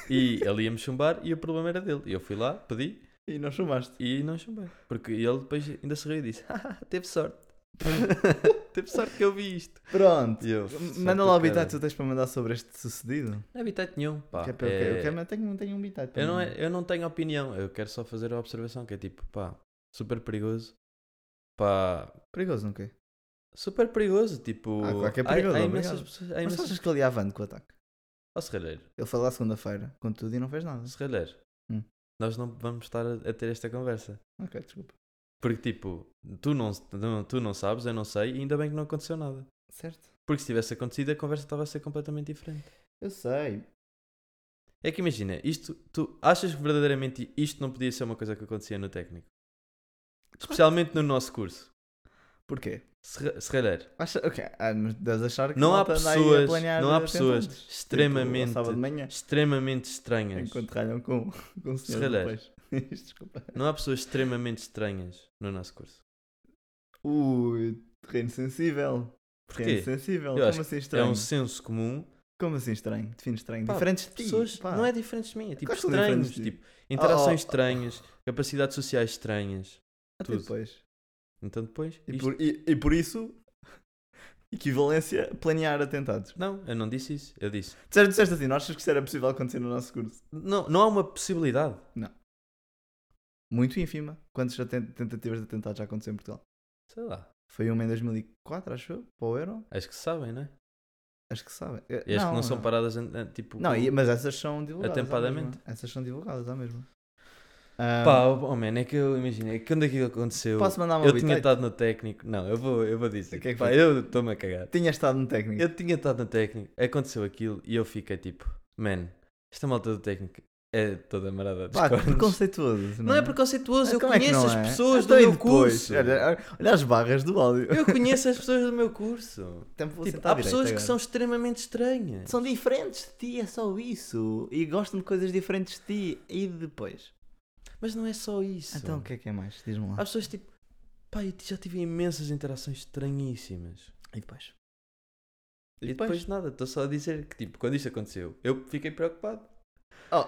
S2: e ele ia-me chumbar e o problema era dele. E eu fui lá, pedi
S1: E não chumbaste.
S2: e não chumbei. Porque ele depois ainda sorriu e disse: "Ah, teve sorte.
S1: [LAUGHS]
S2: [LAUGHS] teve sorte que eu vi isto.
S1: Pronto.
S2: E eu,
S1: Manda lá o
S2: caralho.
S1: bitado que tu tens para mandar sobre este sucedido.
S2: Não é habitat nenhum. Pá.
S1: Que é para eu
S2: É-
S1: quero- eu quero- eu tenho, tenho um bitado.
S2: Eu não, é- eu não tenho opinião, eu quero só fazer a observação que é tipo, pá, super perigoso. Pá,
S1: Perigoso, não quê?
S2: super perigoso, tipo.
S1: Ah, claro que é
S2: há-
S1: perigoso,
S2: há, imensas
S1: obrigado.
S2: pessoas. Há
S1: Mas tu
S2: imensas...
S1: achas que ele ia avante com o ataque?
S2: Ó Serralheiro,
S1: Ele foi lá segunda-feira, com tudo e não fez nada.
S2: Serralheiro,
S1: Hum.
S2: nós não vamos estar a, a ter esta conversa.
S1: Ok, desculpa.
S2: Porque tipo, tu não, não- tu não sabes, eu não sei, e ainda bem que não aconteceu nada.
S1: Certo?
S2: Porque se tivesse acontecido, a conversa estava a ser completamente diferente.
S1: Eu sei.
S2: É que imagina, isto, tu achas que verdadeiramente isto não podia ser uma coisa que acontecia no técnico? Especialmente no nosso curso.
S1: Porquê?
S2: Serra- Serralheiro.
S1: Acha... Ok, ah, mas deves achar que
S2: Não
S1: a
S2: há
S1: malta anda aí a
S2: pessoas-
S1: planear
S2: não há
S1: atentados.
S2: pessoas
S1: Tipo,
S2: [LAUGHS]
S1: ao
S2: extremamente-
S1: sábado de manhã,
S2: extremamente estranhas.
S1: enquanto ralham com, com o senhor do
S2: Serralheiro.
S1: peixe. [LAUGHS] Isto, desculpa.
S2: Não há pessoas extremamente estranhas no nosso curso.
S1: Ui, terreno sensível. Terreno
S2: Porquê?
S1: sensível.
S2: Eu
S1: Como
S2: acho
S1: assim
S2: É
S1: estranho?
S2: um senso comum.
S1: Como assim estranho? Define estranho.
S2: Pá,
S1: Diferentes de ti.
S2: Pessoas
S1: pá.
S2: não é diferentes de mim, é tipo
S1: Claro que são diferentes
S2: estranhos,
S1: de ti.
S2: tipo interações
S1: Oh, oh.
S2: estranhas, capacidades sociais estranhas.
S1: Até
S2: tudo.
S1: depois.
S2: Então depois,
S1: E
S2: isto-
S1: por, e- e por isso, [LAUGHS] equivalência, planear atentados.
S2: não, eu não disse isso. Eu disse,
S1: Disseste, disseste assim, não achas que isso era possível acontecer no nosso curso?
S2: não, não há uma possibilidade.
S1: Muito ínfima. Quantas aten- tentativas de atentados já aconteceram em Portugal?
S2: Sei lá.
S1: Foi uma em 2004, acho eu, para o Euro.
S2: Acho que sabem, não é?
S1: Acho que sabem. Eh,
S2: E acho que não são paradas an- an- tipo.
S1: Não,
S2: com-
S1: e- mas essas são divulgadas. à
S2: Atempadamente.
S1: mesma. Essas são divulgadas, à mesma.
S2: Pá, oh, oh, man, é que eu imaginei quando aquilo aconteceu.
S1: posso mandar uma
S2: eu tinha
S1: bitite?
S2: estado no técnico. Não, eu vou, eu vou dizer.
S1: O que é que
S2: Pá,
S1: foi?
S2: eu estou-me a cagar.
S1: Tinha estado no técnico.
S2: Eu tinha estado no técnico, aconteceu aquilo e eu fiquei tipo, man, esta malta do técnico é toda marada de
S1: Pá, que
S2: cornos.
S1: preconceituoso.
S2: Não é preconceituoso, eu
S1: Como é que
S2: conheço
S1: não
S2: as
S1: é?
S2: pessoas
S1: Então,
S2: do
S1: e
S2: meu
S1: depois?
S2: curso.
S1: Olha, olha as barras
S2: [LAUGHS]
S1: do áudio.
S2: Eu conheço as pessoas do meu curso.
S1: Então vou
S2: Tipo,
S1: sentar à
S2: há pessoas
S1: direita
S2: que
S1: agora.
S2: são extremamente estranhas.
S1: São diferentes de ti, é só isso. E gostam de coisas diferentes de ti. E depois?
S2: Mas não é só isso.
S1: Então o que é que é mais? Diz-me
S2: Há
S1: lá.
S2: pessoas tipo, pá, eu já tive imensas interações estranhíssimas.
S1: E depois?
S2: E depois, nada, estou só a dizer que tipo, quando isto aconteceu, eu fiquei preocupado.
S1: Oh,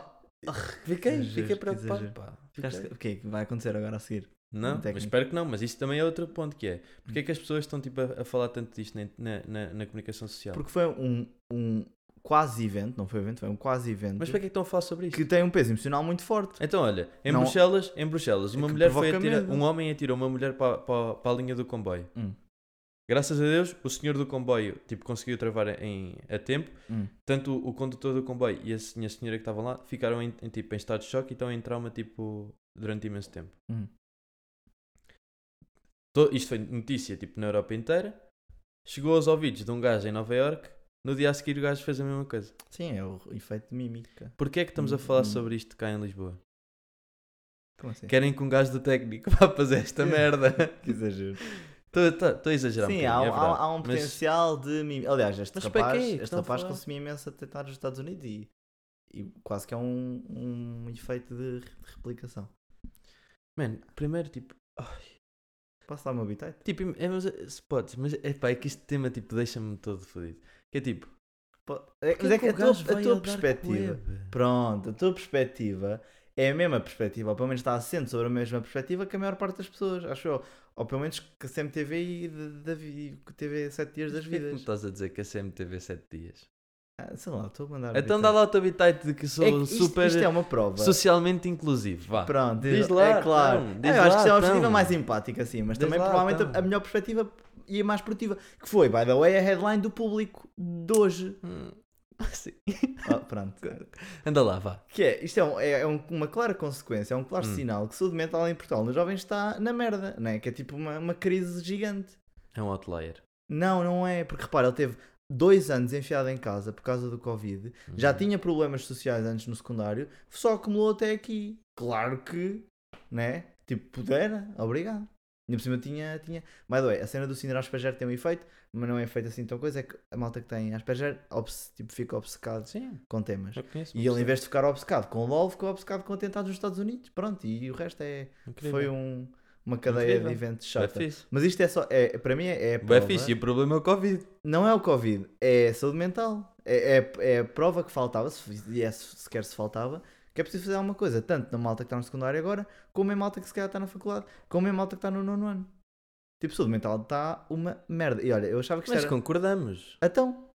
S2: Fiquei,
S1: exagero,
S2: fiquei
S1: que
S2: preocupado,
S1: exagero.
S2: pá.
S1: ficaste-
S2: Fiquei.
S1: o que é que vai acontecer agora a seguir?
S2: Não, mas
S1: técnico.
S2: espero que não, mas isso também é outro ponto que é. Porque é que as pessoas estão tipo, a, a falar tanto disto na, na, na- na comunicação social?
S1: Porque foi um, um quase evento, não foi evento, foi um quase evento
S2: Mas para que é que estão a falar sobre isto?
S1: que tem um peso emocional muito forte.
S2: Então, olha, em
S1: Não- É
S2: Bruxelas, em Bruxelas, uma
S1: que
S2: mulher foi
S1: provoca
S2: atira,
S1: medo.
S2: um homem atirou uma mulher para, para, para a linha do comboio.
S1: Hum.
S2: Graças a Deus, o senhor do comboio tipo, conseguiu travar em, a tempo.
S1: Hum.
S2: Tanto o condutor do comboio e a, sen- a senhora que estavam lá ficaram em, em, tipo, em estado de choque e estão em trauma tipo, durante imenso tempo.
S1: Hum.
S2: To- isto foi notícia tipo, na Europa inteira. Chegou aos ouvidos de um gajo em Nova Iorque. No dia a seguir, o gajo fez a mesma coisa.
S1: Sim, é o efeito de mímica.
S2: Porquê é que estamos a
S1: Hum,
S2: falar
S1: hum.
S2: sobre isto cá em Lisboa?
S1: Como assim?
S2: Querem [LAUGHS] que um gajo do técnico [LAUGHS] vá fazer
S1: [LAUGHS]
S2: esta merda.
S1: Que exagero.
S2: Estou a exagerar um
S1: Sim,
S2: bocadinho,
S1: há,
S2: é
S1: um- há-
S2: verdade.
S1: há um
S2: Mas-
S1: potencial de mímica. Aliás, este
S2: Mas para
S1: rapaz,
S2: quê que
S1: este
S2: estão a
S1: rapaz
S2: falar?
S1: consumia imenso atentados nos Estados Unidos e, e quase que é um, um efeito de re- de replicação.
S2: Mano, primeiro, tipo...
S1: Posso dar o meu bitite?
S2: Tipo, é, mas, é, se podes, mas é pá, é que este tema, tipo, deixa-me todo fodido. Que é tipo...
S1: Po- É,
S2: porquê
S1: mas é que
S2: o
S1: a tua,
S2: gajo
S1: a
S2: vai
S1: tua
S2: ao dark
S1: perspectiva.
S2: web?
S1: Pronto, a tua perspectiva é a mesma perspectiva, ou pelo menos está assente sobre a mesma perspectiva que a maior parte das pessoas, acho eu. Ou pelo menos que a CMTV e da- da vi- que TV 7 dias das
S2: Mas porquê é que tá- me
S1: vidas.
S2: estás a dizer que a CMTV 7 é dias?
S1: Ah, sei lá, estou a mandar.
S2: Então
S1: habitar.
S2: dá lá o teu bitite de que sou
S1: É que isto,
S2: super
S1: Isto é uma prova.
S2: socialmente inclusivo. Vá.
S1: Pronto,
S2: Diz
S1: diz,
S2: lá,
S1: é claro.
S2: então,
S1: É,
S2: diz
S1: eu acho
S2: lá,
S1: que isto é uma
S2: então.
S1: perspectiva mais empática, sim, mas
S2: Diz
S1: também
S2: lá,
S1: provavelmente a-
S2: então.
S1: a melhor perspectiva e a mais produtiva, que foi, by the way, a headline do público de hoje.
S2: Hum, assim.
S1: Oh,
S2: [LAUGHS]
S1: pronto.
S2: Anda lá, vá.
S1: Que é, isto é, um- é- é um- uma clara consequência, é um claro
S2: Hum.
S1: sinal que saúde mental em Portugal nos jovens está na merda, né? que é tipo uma, uma crise gigante.
S2: É um outlier.
S1: Não, não é, porque repara, ele teve dois anos enfiado em casa por causa do Covid, já
S2: Uhum.
S1: tinha problemas sociais antes no secundário, só acumulou até aqui. Claro que, né? Tipo, pudera, obrigado. E por cima tinha, tinha. By the way, a cena do síndrome Asperger tem um efeito, mas não é um efeito assim tão coisa, é que a malta que tem Asperger obce- tipo, fica obcecado
S2: Sim,
S1: com temas.
S2: eu conheço.
S1: E ele, em vez de ficar obcecado com o LOL, ficou obcecado com atentados nos Estados Unidos. Pronto, e o resto é. Foi um- uma cadeia
S2: Incrível.
S1: de eventos
S2: Bué
S1: chata.
S2: fixe.
S1: Mas isto é só. É, para mim é. é
S2: Bué
S1: prova.
S2: fixe. E o problema é o Covid.
S1: Não é o Covid, é a saúde mental. É, é, é a prova que faltava, se, fiz- e é, se- sequer se faltava, que é preciso fazer alguma coisa, tanto na malta que está no secundário agora, como em malta que se calhar está na faculdade, como em malta que está no nono ano. Tipo, saúde mental está uma merda. E olha, eu achava que isto
S2: Mas
S1: era.
S2: concordamos.
S1: Então,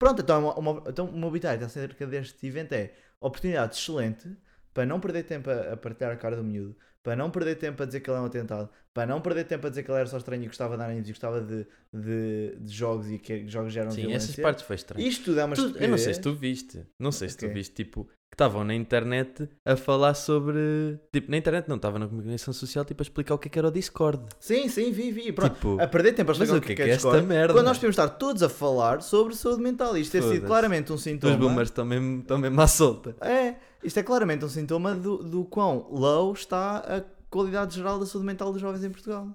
S1: pronto, então, é uma, uma, então o meu bitário acerca deste evento é oportunidade excelente para não perder tempo a, a partilhar a cara do miúdo, para não perder tempo a dizer que ele é um atentado, para não perder tempo a dizer que ele era só estranho e gostava de animes e gostava de, de, de jogos e que jogos geram
S2: Sim,
S1: violência.
S2: essas partes foi estranho.
S1: Isto tudo é uma
S2: Tu- eu não sei
S1: estupidez.
S2: se tu viste. Não sei se
S1: Ok.
S2: tu viste, tipo, que estavam na internet a falar sobre. Tipo, na internet não, estava na comunicação social, tipo, a explicar o que é que era o Discord.
S1: Sim, sim, vi, vi. Pronto.
S2: Tipo,
S1: A perder tempo a
S2: Mas
S1: explicar
S2: o
S1: o que,
S2: que é
S1: que
S2: que é esta
S1: Discord,
S2: merda?
S1: Quando nós podemos estar todos a falar sobre saúde mental. Isto ter sido
S2: Foda-se.
S1: claramente um
S2: os
S1: sintoma.
S2: boomers estão mesmo, estão mesmo à solta.
S1: É, isto é claramente um sintoma do, do quão low está a qualidade geral da saúde mental dos jovens em Portugal.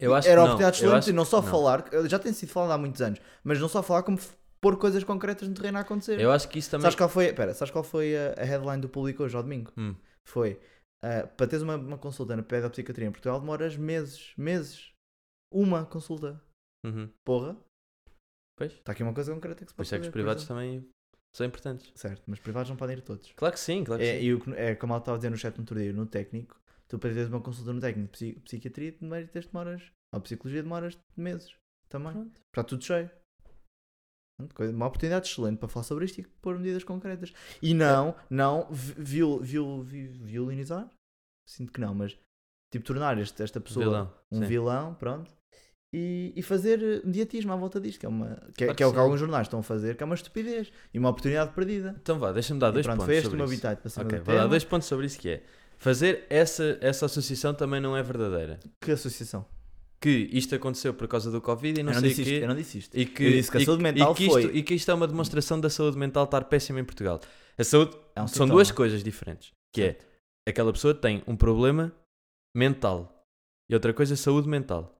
S2: Eu acho
S1: Era
S2: que
S1: a
S2: não.
S1: oportunidade
S2: eu
S1: excelente
S2: acho
S1: e não só
S2: que
S1: falar, já tem sido falado há muitos anos, mas não só falar como f- pôr coisas concretas no terreno a acontecer.
S2: Eu acho que isso também.
S1: Sabes qual foi, pera, sabes qual foi a, a headline do público hoje ao domingo?
S2: Hum.
S1: Foi, ah, para teres uma, uma consulta na pedopsiquiatria em Portugal demoras meses, meses. Uma consulta.
S2: Uhum.
S1: Porra,
S2: Pois.
S1: está aqui uma coisa concreta que se
S2: Por
S1: pode
S2: isso é que os
S1: fazer, por
S2: privados
S1: exemplo.
S2: também são importantes.
S1: Certo, mas privados não podem ir todos.
S2: Claro que sim, claro que
S1: É,
S2: sim.
S1: e o que- é como ela estava a dizer no chat no outro dia, no técnico, tu para teres uma consulta no técnico de psi- psiquiatria demoras, demoras ou psicologia demoras meses também.
S2: Pronto.
S1: Está tudo cheio. Pronto, coisa- Uma oportunidade excelente para falar sobre isto e pôr medidas concretas. E não, não vi- viol, viol, vi- violinizar? Sinto que não, mas tipo tornar este- esta pessoa
S2: Vilão,
S1: um
S2: sim.
S1: vilão, pronto. E, e fazer eh, mediatismo à volta disto, que é, uma, que, é-
S2: Claro
S1: que é o
S2: que
S1: que
S2: sim.
S1: alguns jornais estão a fazer, que é uma estupidez e uma oportunidade perdida.
S2: Então vá, deixa-me dar
S1: E
S2: dois
S1: pronto,
S2: pontos.
S1: foi este o
S2: sobre
S1: meu
S2: isso.
S1: habitat para cima
S2: Ok,
S1: do
S2: vou dar
S1: tema.
S2: dois pontos sobre isso que é. Fazer essa, essa associação também não é verdadeira.
S1: Que associação?
S2: Que isto aconteceu por causa do Covid e não,
S1: eu, não
S2: sei
S1: disse
S2: o quê.
S1: isto, eu não disse isto.
S2: E que,
S1: Eu disse que a
S2: e,
S1: saúde
S2: que-
S1: mental
S2: e que isto,
S1: foi-
S2: E que isto é uma demonstração da saúde mental estar péssima em Portugal. A saúde
S1: É um
S2: são
S1: sintoma.
S2: duas coisas diferentes. Que é aquela pessoa tem um problema mental e outra coisa é saúde mental.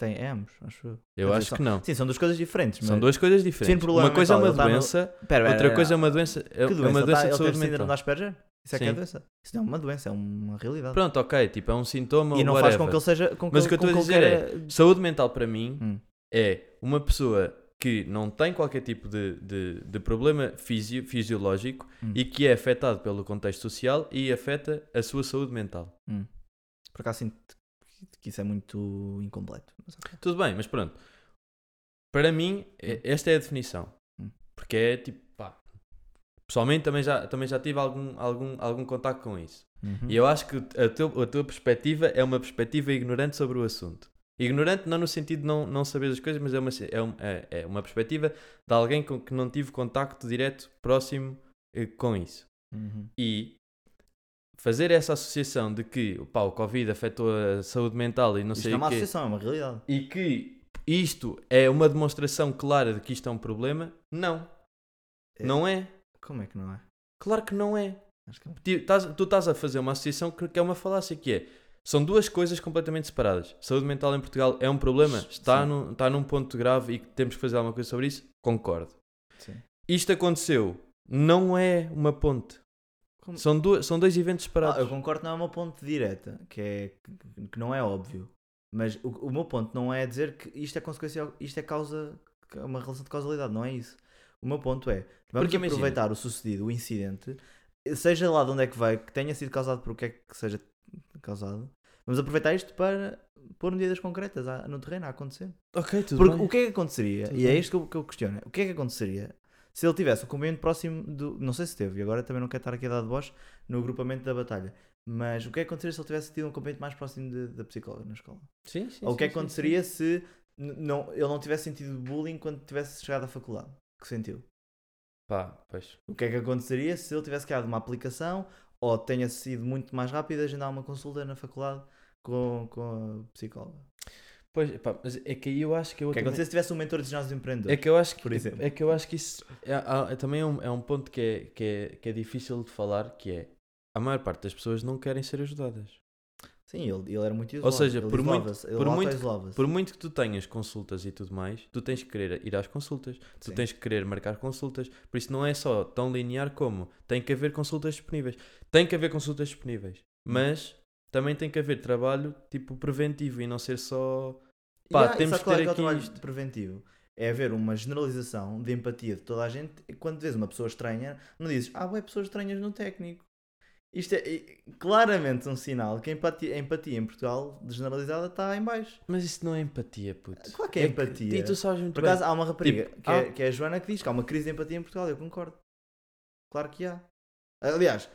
S1: Tem, é ambos, acho eu.
S2: Eu
S1: Quer dizer,
S2: acho que não.
S1: Sim, são duas coisas diferentes.
S2: São duas coisas diferentes.
S1: problema
S2: Uma coisa
S1: mental,
S2: é
S1: ele
S2: uma
S1: tá no-
S2: doença,
S1: Mas... Pera, pera,
S2: outra
S1: pera,
S2: coisa é uma doença, é
S1: Que
S2: é
S1: doença?
S2: uma doença
S1: Tá-
S2: de
S1: ele
S2: saúde
S1: teve síndrome de
S2: mental.
S1: Asperger? Isso é que é
S2: Sim.
S1: doença. Isso não é uma doença, é uma realidade.
S2: Pronto, ok, tipo é um sintoma
S1: e não
S2: whatever.
S1: faz com que ele seja. Com que
S2: Mas o
S1: ele-
S2: que eu
S1: com
S2: estou a dizer é
S1: ele queira-
S2: Saúde mental para mim
S1: Hum.
S2: é uma pessoa que não tem qualquer tipo de, de, de problema fisio, fisiológico
S1: Hum.
S2: e que é afetado pelo contexto social e afeta a sua saúde mental.
S1: Por acaso sinto que- que isso é muito incompleto. Mas ok.
S2: Tudo bem, mas pronto. Para mim, é-
S1: Hum.
S2: esta é a definição.
S1: Hum.
S2: Porque é tipo, pá. Pessoalmente também já, também já tive algum, algum, algum contacto com isso. E eu acho que a, teu- a tua perspectiva é uma perspectiva ignorante sobre o assunto. Ignorante não no sentido de não, não saber as coisas, mas é uma, ci- é um- é- é uma perspectiva de alguém com que não tive contacto direto, próximo eh, com isso.
S1: Uhum.
S2: E fazer essa associação de que pá, o Covid afetou a saúde mental e não
S1: Isto
S2: sei
S1: não é uma
S2: o quê,
S1: associação, é uma realidade.
S2: e que isto é uma demonstração clara de que isto é um problema, não.
S1: É.
S2: Não é.
S1: Como é que não é?
S2: Claro que não é.
S1: Acho que é.
S2: Ti- tás- tu estás a fazer uma associação que, que é uma falácia, que é são duas coisas completamente separadas. Saúde mental em Portugal é um problema, está,
S1: Sim.
S2: num, está num ponto grave e que temos que fazer alguma coisa sobre isso, concordo.
S1: Sim.
S2: Isto aconteceu, não é uma ponte.
S1: Como-
S2: São, duas, são dois eventos
S1: Ah, eu
S2: separados.
S1: concordo, não é uma ponte direta, que, é, que- que não é óbvio. Mas o, o meu ponto não é dizer que isto é consequência, isto é causa, que é uma relação de causalidade, não é isso. O meu ponto é, vamos
S2: Porque imagina-
S1: aproveitar o sucedido, o incidente, seja lá de onde é que vai, que tenha sido causado por o que é que seja causado, Vamos aproveitar isto para pôr medidas concretas à- no terreno a acontecer.
S2: Ok, tudo
S1: Porque
S2: bem.
S1: o que é que aconteceria,
S2: Tudo
S1: e é
S2: bem.
S1: isto que eu, que eu questiono, o que é que aconteceria se ele tivesse o convento próximo do. Não sei se teve, e agora também não quero estar aqui a dar de bosch no agrupamento da batalha. Mas o que é que aconteceria se ele tivesse tido um convento mais próximo de- da psicóloga na escola?
S2: Sim, sim,
S1: Ou o que é
S2: sim,
S1: que
S2: sim,
S1: aconteceria se n- não, ele não tivesse sentido bullying quando tivesse chegado à faculdade? Que sentiu?
S2: sim. Pá, pois.
S1: O que é que aconteceria se ele tivesse criado uma aplicação ou tenha sido muito mais rápido a agendar uma consulta na faculdade com, com a psicóloga?
S2: Pois, pá, mas é que aí eu acho que eu
S1: O que é que
S2: também-
S1: aconteceria se tivesse um mentor de ginásios
S2: É
S1: empreendedores?
S2: que eu acho que,
S1: por exemplo.
S2: É que eu acho que isso é, há- é também é um, é um ponto que é, que, é, que é difícil de falar, que é a maior parte das pessoas não querem ser ajudadas.
S1: Sim, ele, ele era muito isolado.
S2: Ou seja,
S1: ele
S2: por muito-
S1: isolava-se, ele
S2: por muito-
S1: auto-isolava-se.
S2: Por muito que tu tenhas consultas e tudo mais, tu tens que querer ir às consultas, tu
S1: Sim.
S2: tens que querer marcar consultas, por isso não é só tão linear como tem que haver consultas disponíveis. Tem que haver consultas disponíveis,
S1: Hum.
S2: mas também tem que haver trabalho tipo preventivo e não ser só
S1: E
S2: pá,
S1: há- e
S2: temos
S1: sabe
S2: que
S1: qual é
S2: ter
S1: que é o
S2: aqui
S1: trabalho
S2: isto.
S1: preventivo. É haver uma generalização de empatia de toda a gente. E quando vês uma pessoa estranha, não dizes, ah, é pessoas estranhas no técnico. Isto é, é claramente um sinal que a empatia, a empatia em Portugal generalizada está em baixo.
S2: mas isso não é empatia, puto.
S1: Claro que é empatia.
S2: e tu sabes muito
S1: Por
S2: bem.
S1: acaso há uma rapariga
S2: Tipo,
S1: que, é,
S2: há-
S1: que é a Joana que diz que há uma crise de empatia em Portugal, eu concordo. Claro que há. Aliás,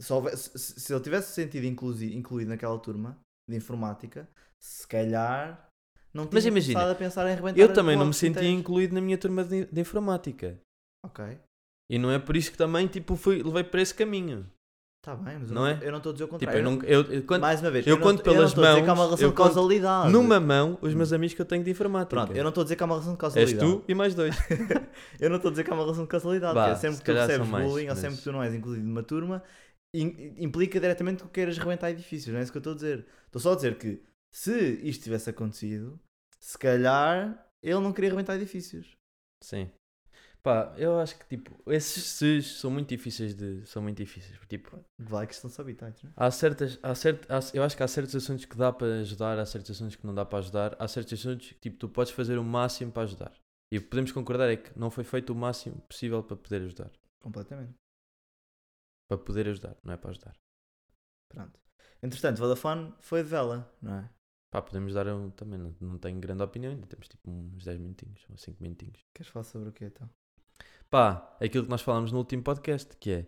S1: se, houve- se- se- se ele tivesse sentido inclusi- incluído naquela turma de informática, se calhar não tinha
S2: Mas imagina,
S1: começado a pensar em arrebentar
S2: Eu também não me
S1: blocos
S2: sentia
S1: inteiros.
S2: incluído na minha turma de, de informática.
S1: Ok,
S2: E não é por isso que também tipo, fui, levei para esse caminho.
S1: está tá bem, mas eu
S2: Não
S1: não
S2: é?
S1: eu não estou a dizer o
S2: Tipo,
S1: contrário.
S2: eu não, eu, eu- quando-
S1: Mais uma vez,
S2: eu
S1: não-
S2: conto pelas
S1: não estou a dizer que há uma
S2: mãos,
S1: relação
S2: eu
S1: de
S2: conto
S1: causalidade.
S2: numa mão, os meus amigos que eu tenho de informática.
S1: Hum. Pronto, eu não estou a dizer que há uma relação de
S2: És
S1: causalidade.
S2: tu e mais dois.
S1: Eu não estou a dizer que há uma relação de causalidade.
S2: Vá,
S1: que é sempre
S2: se
S1: que tu
S2: calhar são
S1: recebes
S2: mais,
S1: bullying ou
S2: mas-
S1: sempre que tu não és incluído numa turma, im- implica diretamente que queiras rebentar edifícios. Não é isso que eu estou a dizer. Estou só a dizer que se isto tivesse acontecido, se calhar ele não queria rebentar edifícios.
S2: Sim. Pá, eu acho que tipo, esses se's são muito difíceis de. São muito difíceis. Tipo,
S1: De lá que estão-se habitantes, não é?
S2: há certas. Há cert, há- eu acho que há certos assuntos que dá para ajudar, há certos assuntos que não dá para ajudar, há certos assuntos que tipo, tu podes fazer o máximo para ajudar. E o que podemos concordar é que não foi feito o máximo possível para poder ajudar.
S1: Completamente.
S2: Para poder ajudar, não é para ajudar.
S1: Pronto. Entretanto, Vodafone foi de vela, não é?
S2: Pá, podemos dar um. Também não, não tenho grande opinião, ainda temos tipo uns 10 minutinhos ou 5 minutinhos.
S1: Queres falar sobre o quê então?
S2: Pá, aquilo que nós falámos no último podcast, que é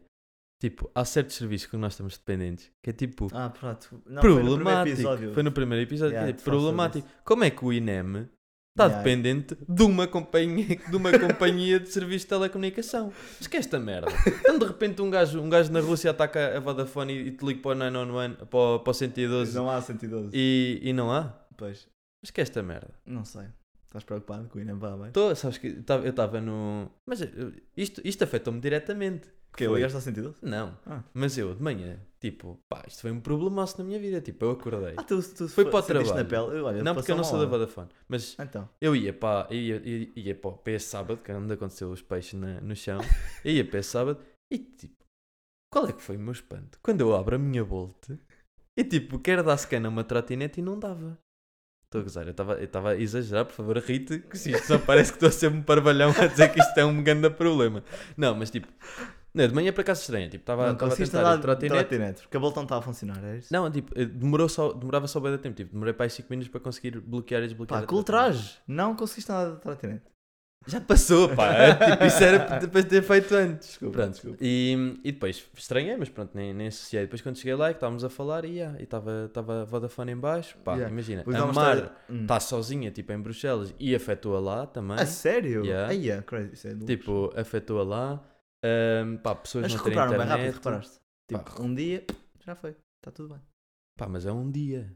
S2: tipo, há certos serviços que nós estamos dependentes, que é tipo
S1: Ah, pronto. Não, foi no primeiro
S2: problemático.
S1: episódio.
S2: Foi no primeiro episódio, que
S1: Yeah,
S2: é
S1: tu falaste sobre
S2: problemático. Como é que o INEM está
S1: Yeah.
S2: dependente de uma companhia, de
S1: [LAUGHS]
S2: uma companhia de serviços de telecomunicação? Esquece esta merda. Então de repente um gajo, um gajo na Rússia ataca a Vodafone e, e te liga para o 911, para o, para o 112
S1: Não há 112.
S2: e, e não há?
S1: Pois,
S2: Esquece esta merda.
S1: não sei. Estás preocupado com o Inam Baba?
S2: Tô, sabes que tá- eu estava no. Mas eu- isto, isto afetou-me diretamente.
S1: Que
S2: Foi.
S1: ligaste ao 112?
S2: Não.
S1: Ah.
S2: Mas eu de manhã, tipo, pá, isto foi um problemaço na minha vida. Tipo, eu acordei.
S1: Ah, tu, tu
S2: Foi
S1: fo-
S2: para o
S1: sentiste
S2: trabalho.
S1: na pele? Eu, olha,
S2: não, porque eu não
S1: passou
S2: sou da
S1: mal.
S2: Vodafone. Mas
S1: Então,
S2: eu ia para, ia, ia, ia para, para esse sábado, que era onde aconteceu os peixes na- no chão. eu ia para esse sábado e tipo, qual é que foi o meu espanto? Quando eu abro a minha Bolt e tipo, quero dar scan a uma trotinete e não dava. Estou a gozar, eu estava eu estava a exagerar, por favor, rite, que se isto só parece que estou a ser um parvalhão a dizer que isto é um grande problema. Não, mas tipo, não, de manhã para casa estranha, tipo, estava
S1: não
S2: estava a
S1: conseguiste
S2: tentar
S1: andar
S2: a trotinete
S1: trotinete, porque a bolta não está a funcionar, é isso?
S2: não, tipo, eh, demorou só, demorava só bem da tempo. Tipo, demorei para aí 5 minutos para conseguir bloquear e desbloquear.
S1: Pá,
S2: a
S1: com o
S2: trotinete.
S1: traje, não conseguiste andar de trotinete.
S2: Já passou, pá. É, tipo, isso era depois de ter feito antes.
S1: Desculpa,
S2: pronto.
S1: desculpa.
S2: E, e depois estranhei, mas pronto, nem, nem associei. Depois quando cheguei lá e que estávamos a falar, e ah, e estava estava a Vodafone em baixo. Pá,
S1: Yeah.
S2: imagina.
S1: Vou-lhe dar
S2: a
S1: uma
S2: Mar
S1: história- Hum.
S2: está sozinha, tipo, em Bruxelas e afetou-a lá também.
S1: A sério?
S2: Yeah.
S1: Ai, é, crazy, isso é de loucos.
S2: tipo, afetou-a lá. Ahm, pá, pessoas
S1: Mas
S2: não terem
S1: recuperaram bem rápido,
S2: internet.
S1: reparaste? Tipo, um dia, já foi, está tudo bem.
S2: Pá, mas é um dia.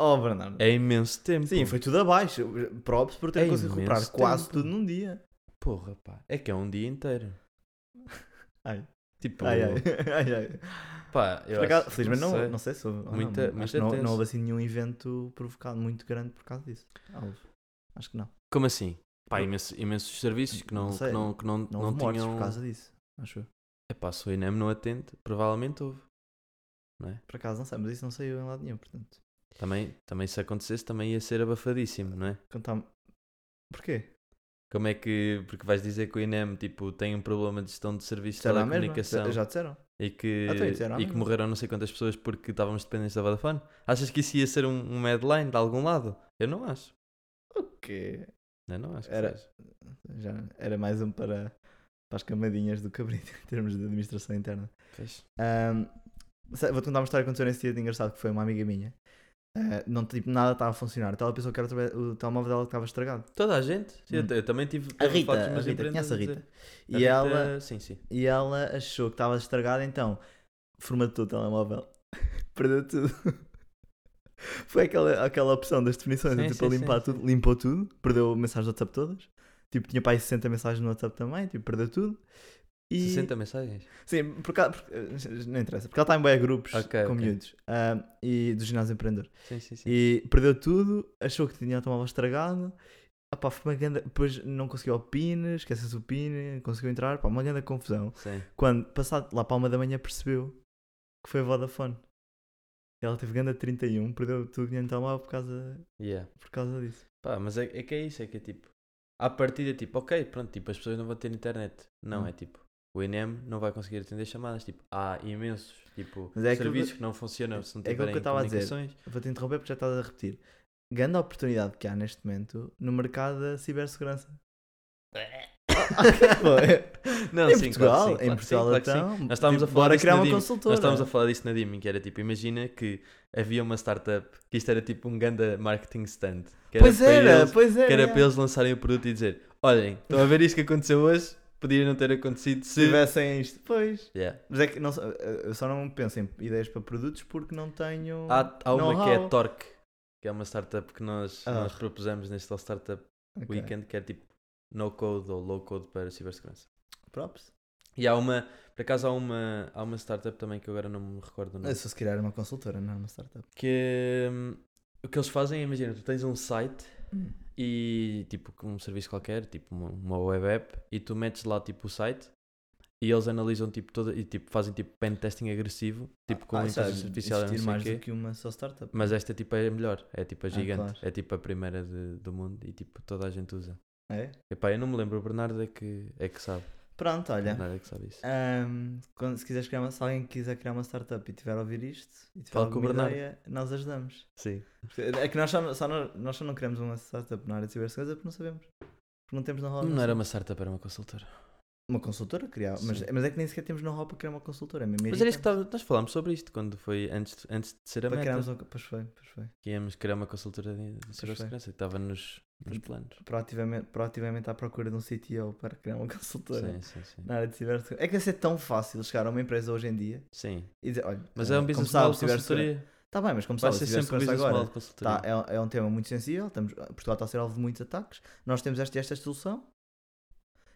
S1: Oh, Bernardo.
S2: É imenso tempo.
S1: Sim, foi tudo abaixo. Props por ter
S2: É
S1: conseguido
S2: imenso
S1: recuperar quase
S2: tempo.
S1: tudo num dia.
S2: Porra, pá. É que é um dia inteiro.
S1: Ai.
S2: Tipo,
S1: Ai, [LAUGHS] ai, ai, ai.
S2: Pá, eu
S1: Por acaso,
S2: acho-
S1: felizmente não, não, sei.
S2: sei.
S1: se houve. ou
S2: Muita-
S1: não, acho
S2: muita
S1: que não,
S2: tenso.
S1: não houve assim nenhum evento provocado muito grande por causa disso. Ah, houve. Acho que não.
S2: Como assim? Pá,
S1: Eu-
S2: imenso- imensos serviços que
S1: Não
S2: não,
S1: sei,
S2: que não, que não,
S1: Não
S2: não,
S1: houve mortes
S2: tinham.
S1: por causa disso. Acho eu.
S2: Epá, se o INEM não atende, provavelmente houve.
S1: Por acaso não sei, mas isso não saiu em lado nenhum, portanto.
S2: Também, também se acontecesse, também ia ser abafadíssimo, não é?
S1: Quando tá- Porquê?
S2: Como é que. Porque vais dizer que o INEM tipo, tem um problema de gestão de serviços de
S1: Disseram a mesma?
S2: telecomunicação
S1: Já já disseram?
S2: e que,
S1: Ah, então, disseram à
S2: e que
S1: mesma.
S2: morreram não sei quantas pessoas porque estávamos dependentes da Vodafone? Achas que isso ia ser um, um headline de algum lado? Eu não acho.
S1: Que
S2: Eu não acho que
S1: Era-
S2: seja.
S1: já era mais um para, para as camadinhas do cabrito [LAUGHS] em termos de administração interna.
S2: Pois.
S1: Ahm, sa- Vou-te contar uma história que aconteceu nesse dia de engraçado, que foi uma amiga minha. Ah, não, tipo, nada estava a funcionar. Então ela pensou que era o traba- o telemóvel dela que estava estragado.
S2: Toda a gente? Sim, eu
S1: Hum.
S2: te- Eu, também tive.
S1: A
S2: tive
S1: Rita,
S2: fotos
S1: a
S2: nas
S1: Rita,
S2: empresas
S1: conhece a Rita?
S2: dizer-
S1: E,
S2: a Rita-
S1: Ela,
S2: Sim, sim.
S1: e ela achou que estava estragada, então formatou o telemóvel. [LAUGHS] Perdeu tudo. Foi aquela, aquela opção das definições,
S2: Sim,
S1: tipo, a
S2: sim,
S1: limpar
S2: sim,
S1: tudo, limpou tudo, perdeu mensagens do WhatsApp todas. Tipo, tinha para aí 60 mensagens no WhatsApp também, tipo, perdeu tudo. E...
S2: 60 mensagens.
S1: Sim, porque, ela- porque- eh, não interessa, porque ela está em bem grupos
S2: Ok,
S1: com
S2: ok.
S1: miúdos ah, e do ginásio empreendedor.
S2: Sim, sim, sim.
S1: E perdeu tudo, achou que tinha o telemóvel estragado, ah, pá, foi uma ganda, depois não conseguiu o PIN, esqueceu-se o PIN, conseguiu entrar, pá, uma grande confusão.
S2: Sim.
S1: Quando, passado lá para uma da manhã, percebeu que foi Vodafone. Ela teve ganda 31, perdeu tudo o dinheiro no telemóvel por causa,
S2: Yeah.
S1: por causa disso.
S2: Pá, mas é, é que é isso, é que é tipo. À partida é tipo, ok, pronto, tipo, as pessoas não vão ter internet. Não,
S1: Hum.
S2: é tipo, o INEM não vai conseguir atender chamadas. Tipo, há imensos tipo,
S1: Mas é aquilo
S2: serviços que... não funcionam se não
S1: é aquilo que eu
S2: tiverem
S1: estava a dizer.
S2: comunicações.
S1: Vou-te interromper porque já estás a repetir. Grande oportunidade que há neste momento no mercado
S2: [COUGHS]
S1: da cibersegurança.
S2: é- não,
S1: em
S2: sim, claro, que
S1: Portugal,
S2: sim, claro que
S1: em
S2: sim,
S1: Portugal
S2: claro que sim.
S1: então,
S2: Nós estávamos
S1: tipo,
S2: a falar
S1: bora
S2: disso
S1: criar
S2: na
S1: uma
S2: Dimi.
S1: consultora.
S2: Nós estávamos a falar disso na Dimming, que era tipo, imagina que havia uma startup, que isto era tipo um ganda marketing stand. Que
S1: pois
S2: para
S1: era,
S2: eles-
S1: pois era.
S2: que era
S1: é.
S2: para eles lançarem o produto e dizer: Olhem, estão a ver isto que aconteceu hoje? Podia não ter acontecido
S1: Se
S2: se.
S1: tivessem isto, pois.
S2: Yeah.
S1: Mas é que não, sei- eu só não penso em ideias para produtos porque não tenho.
S2: Há, há uma que é
S1: know-how.
S2: a Torque, que é uma startup que nós,
S1: Ah.
S2: nós propusemos neste Startup
S1: Ok.
S2: Weekend, que é tipo no code ou low code para cibersegurança.
S1: Props.
S2: E há uma, por acaso há uma, há uma startup também que eu agora não me recordo o nome.
S1: Eu sou se calhar uma consultora, não é uma startup.
S2: Que hum, o que eles fazem, imagina, tu tens um site
S1: Hum.
S2: e tipo um serviço qualquer, tipo uma, uma web app, e tu metes lá tipo o site e eles analisam tipo toda e tipo fazem tipo pen testing agressivo, tipo com
S1: Ah, isso é
S2: inteligência artificial e não
S1: existir
S2: sei o
S1: mais
S2: quê.
S1: do que uma só startup.
S2: Mas esta tipo é a melhor, é tipo a
S1: Ah,
S2: gigante,
S1: claro.
S2: é tipo a primeira de- do mundo e tipo toda a gente usa.
S1: É?
S2: Epá, eu não me lembro, o Bernardo é que, é que sabe.
S1: Pronto,
S2: O
S1: olha.
S2: Bernardo é que sabe isso.
S1: Ahm, quando, se, quiseres criar uma, se alguém quiser criar uma startup e tiver a ouvir isto e tiver
S2: Fala com o
S1: alguma
S2: Bernardo.
S1: ideia, nós ajudamos.
S2: Sim.
S1: É que nós só, só não, nós só não queremos uma startup na área de cibersegurança porque não sabemos. Porque não temos know-how.
S2: Não era uma startup, era uma consultora.
S1: Uma consultora criar, mas,
S2: Sim.
S1: mas é que nem sequer temos know-how para criar uma consultora. É mesmo
S2: Mas era isto
S1: irritante.
S2: que tava- nós falámos sobre isto quando foi antes, de- antes de ser a
S1: para
S2: meta.
S1: criarmos um- uma. co- Pois foi, pois foi.
S2: Que íamos criar uma consultora de, de cibersegurança e estava nos, nos
S1: Pois-
S2: planos.
S1: Proativamente, proativamente à procura de um CTO para criar uma [LAUGHS] consultora
S2: Sim, sim, sim.
S1: na área de cibersegurança. É que ia ser tão fácil chegar a uma empresa hoje em dia
S2: Sim.
S1: e dizer: olha,
S2: Mas
S1: eh,
S2: é um
S1: como
S2: business
S1: sabe,
S2: model de
S1: cibersegurança-
S2: consultoria.
S1: Está bem, mas como
S2: Vai
S1: sabe,
S2: ser sempre um
S1: cibersegurança
S2: business model
S1: agora
S2: de consultoria.
S1: tá, é, é um tema muito sensível. Estamos, Portugal está a ser alvo de muitos ataques. Nós temos esta e esta solução.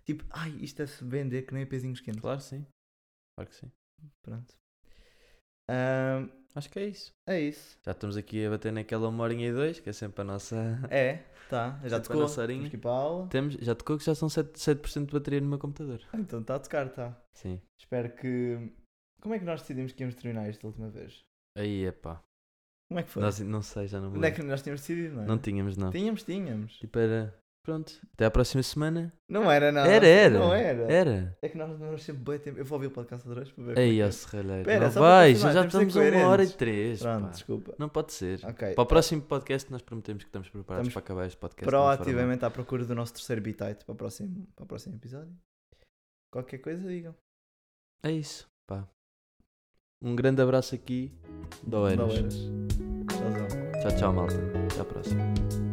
S1: Tipo, ai, isto é se vender que nem pezinhos quentes.
S2: Claro, sim. Claro que sim.
S1: Pronto. Ahm,
S2: Acho que é isso.
S1: é isso.
S2: Já estamos aqui a bater naquela uma horinha e dois, que é sempre a nossa.
S1: É, tá. Já
S2: Sempre
S1: tocou.
S2: a nossa horinha.
S1: Temos que ir para a aula.
S2: Temos, já tocou que já são 7%, 7 de bateria no meu computador.
S1: Ah, Então está a tocar, tá.
S2: Sim.
S1: Espero que. Como é que nós decidimos que íamos terminar isto da última vez?
S2: Aí é pá.
S1: Como é que foi?
S2: Nós, não sei, já não me
S1: Onde é
S2: lembro.
S1: que nós tínhamos decidido, não é?
S2: Não tínhamos, não.
S1: Tínhamos, tínhamos.
S2: Tipo, era. Pronto. Até à próxima semana.
S1: Não era, não.
S2: era, era.
S1: Ah, Não era.
S2: Era.
S1: É que nós demoramos sempre bem tempo. Eu vou ouvir o podcast outra vez para ver. como é
S2: Aí,
S1: que
S2: ó,
S1: é.
S2: serralheiro.
S1: Pera,
S2: Não
S1: só para
S2: vais,
S1: confirmar,
S2: já
S1: temos de
S2: estamos
S1: ser
S2: a uma hora e
S1: coerentes.
S2: três.
S1: Pronto,
S2: pá.
S1: desculpa.
S2: Não pode ser.
S1: Ok.
S2: Para o próximo podcast, nós prometemos que estamos preparados
S1: Estamos
S2: para acabar este podcast. de uma forma-
S1: Proativamente à procura do nosso terceiro bitite para o próximo, para o próximo episódio. Qualquer coisa, digam.
S2: É isso. Pá. Um grande abraço aqui. Da Oeiras.
S1: Tchauzão.
S2: Tchau, tchau, malta. Até à próxima.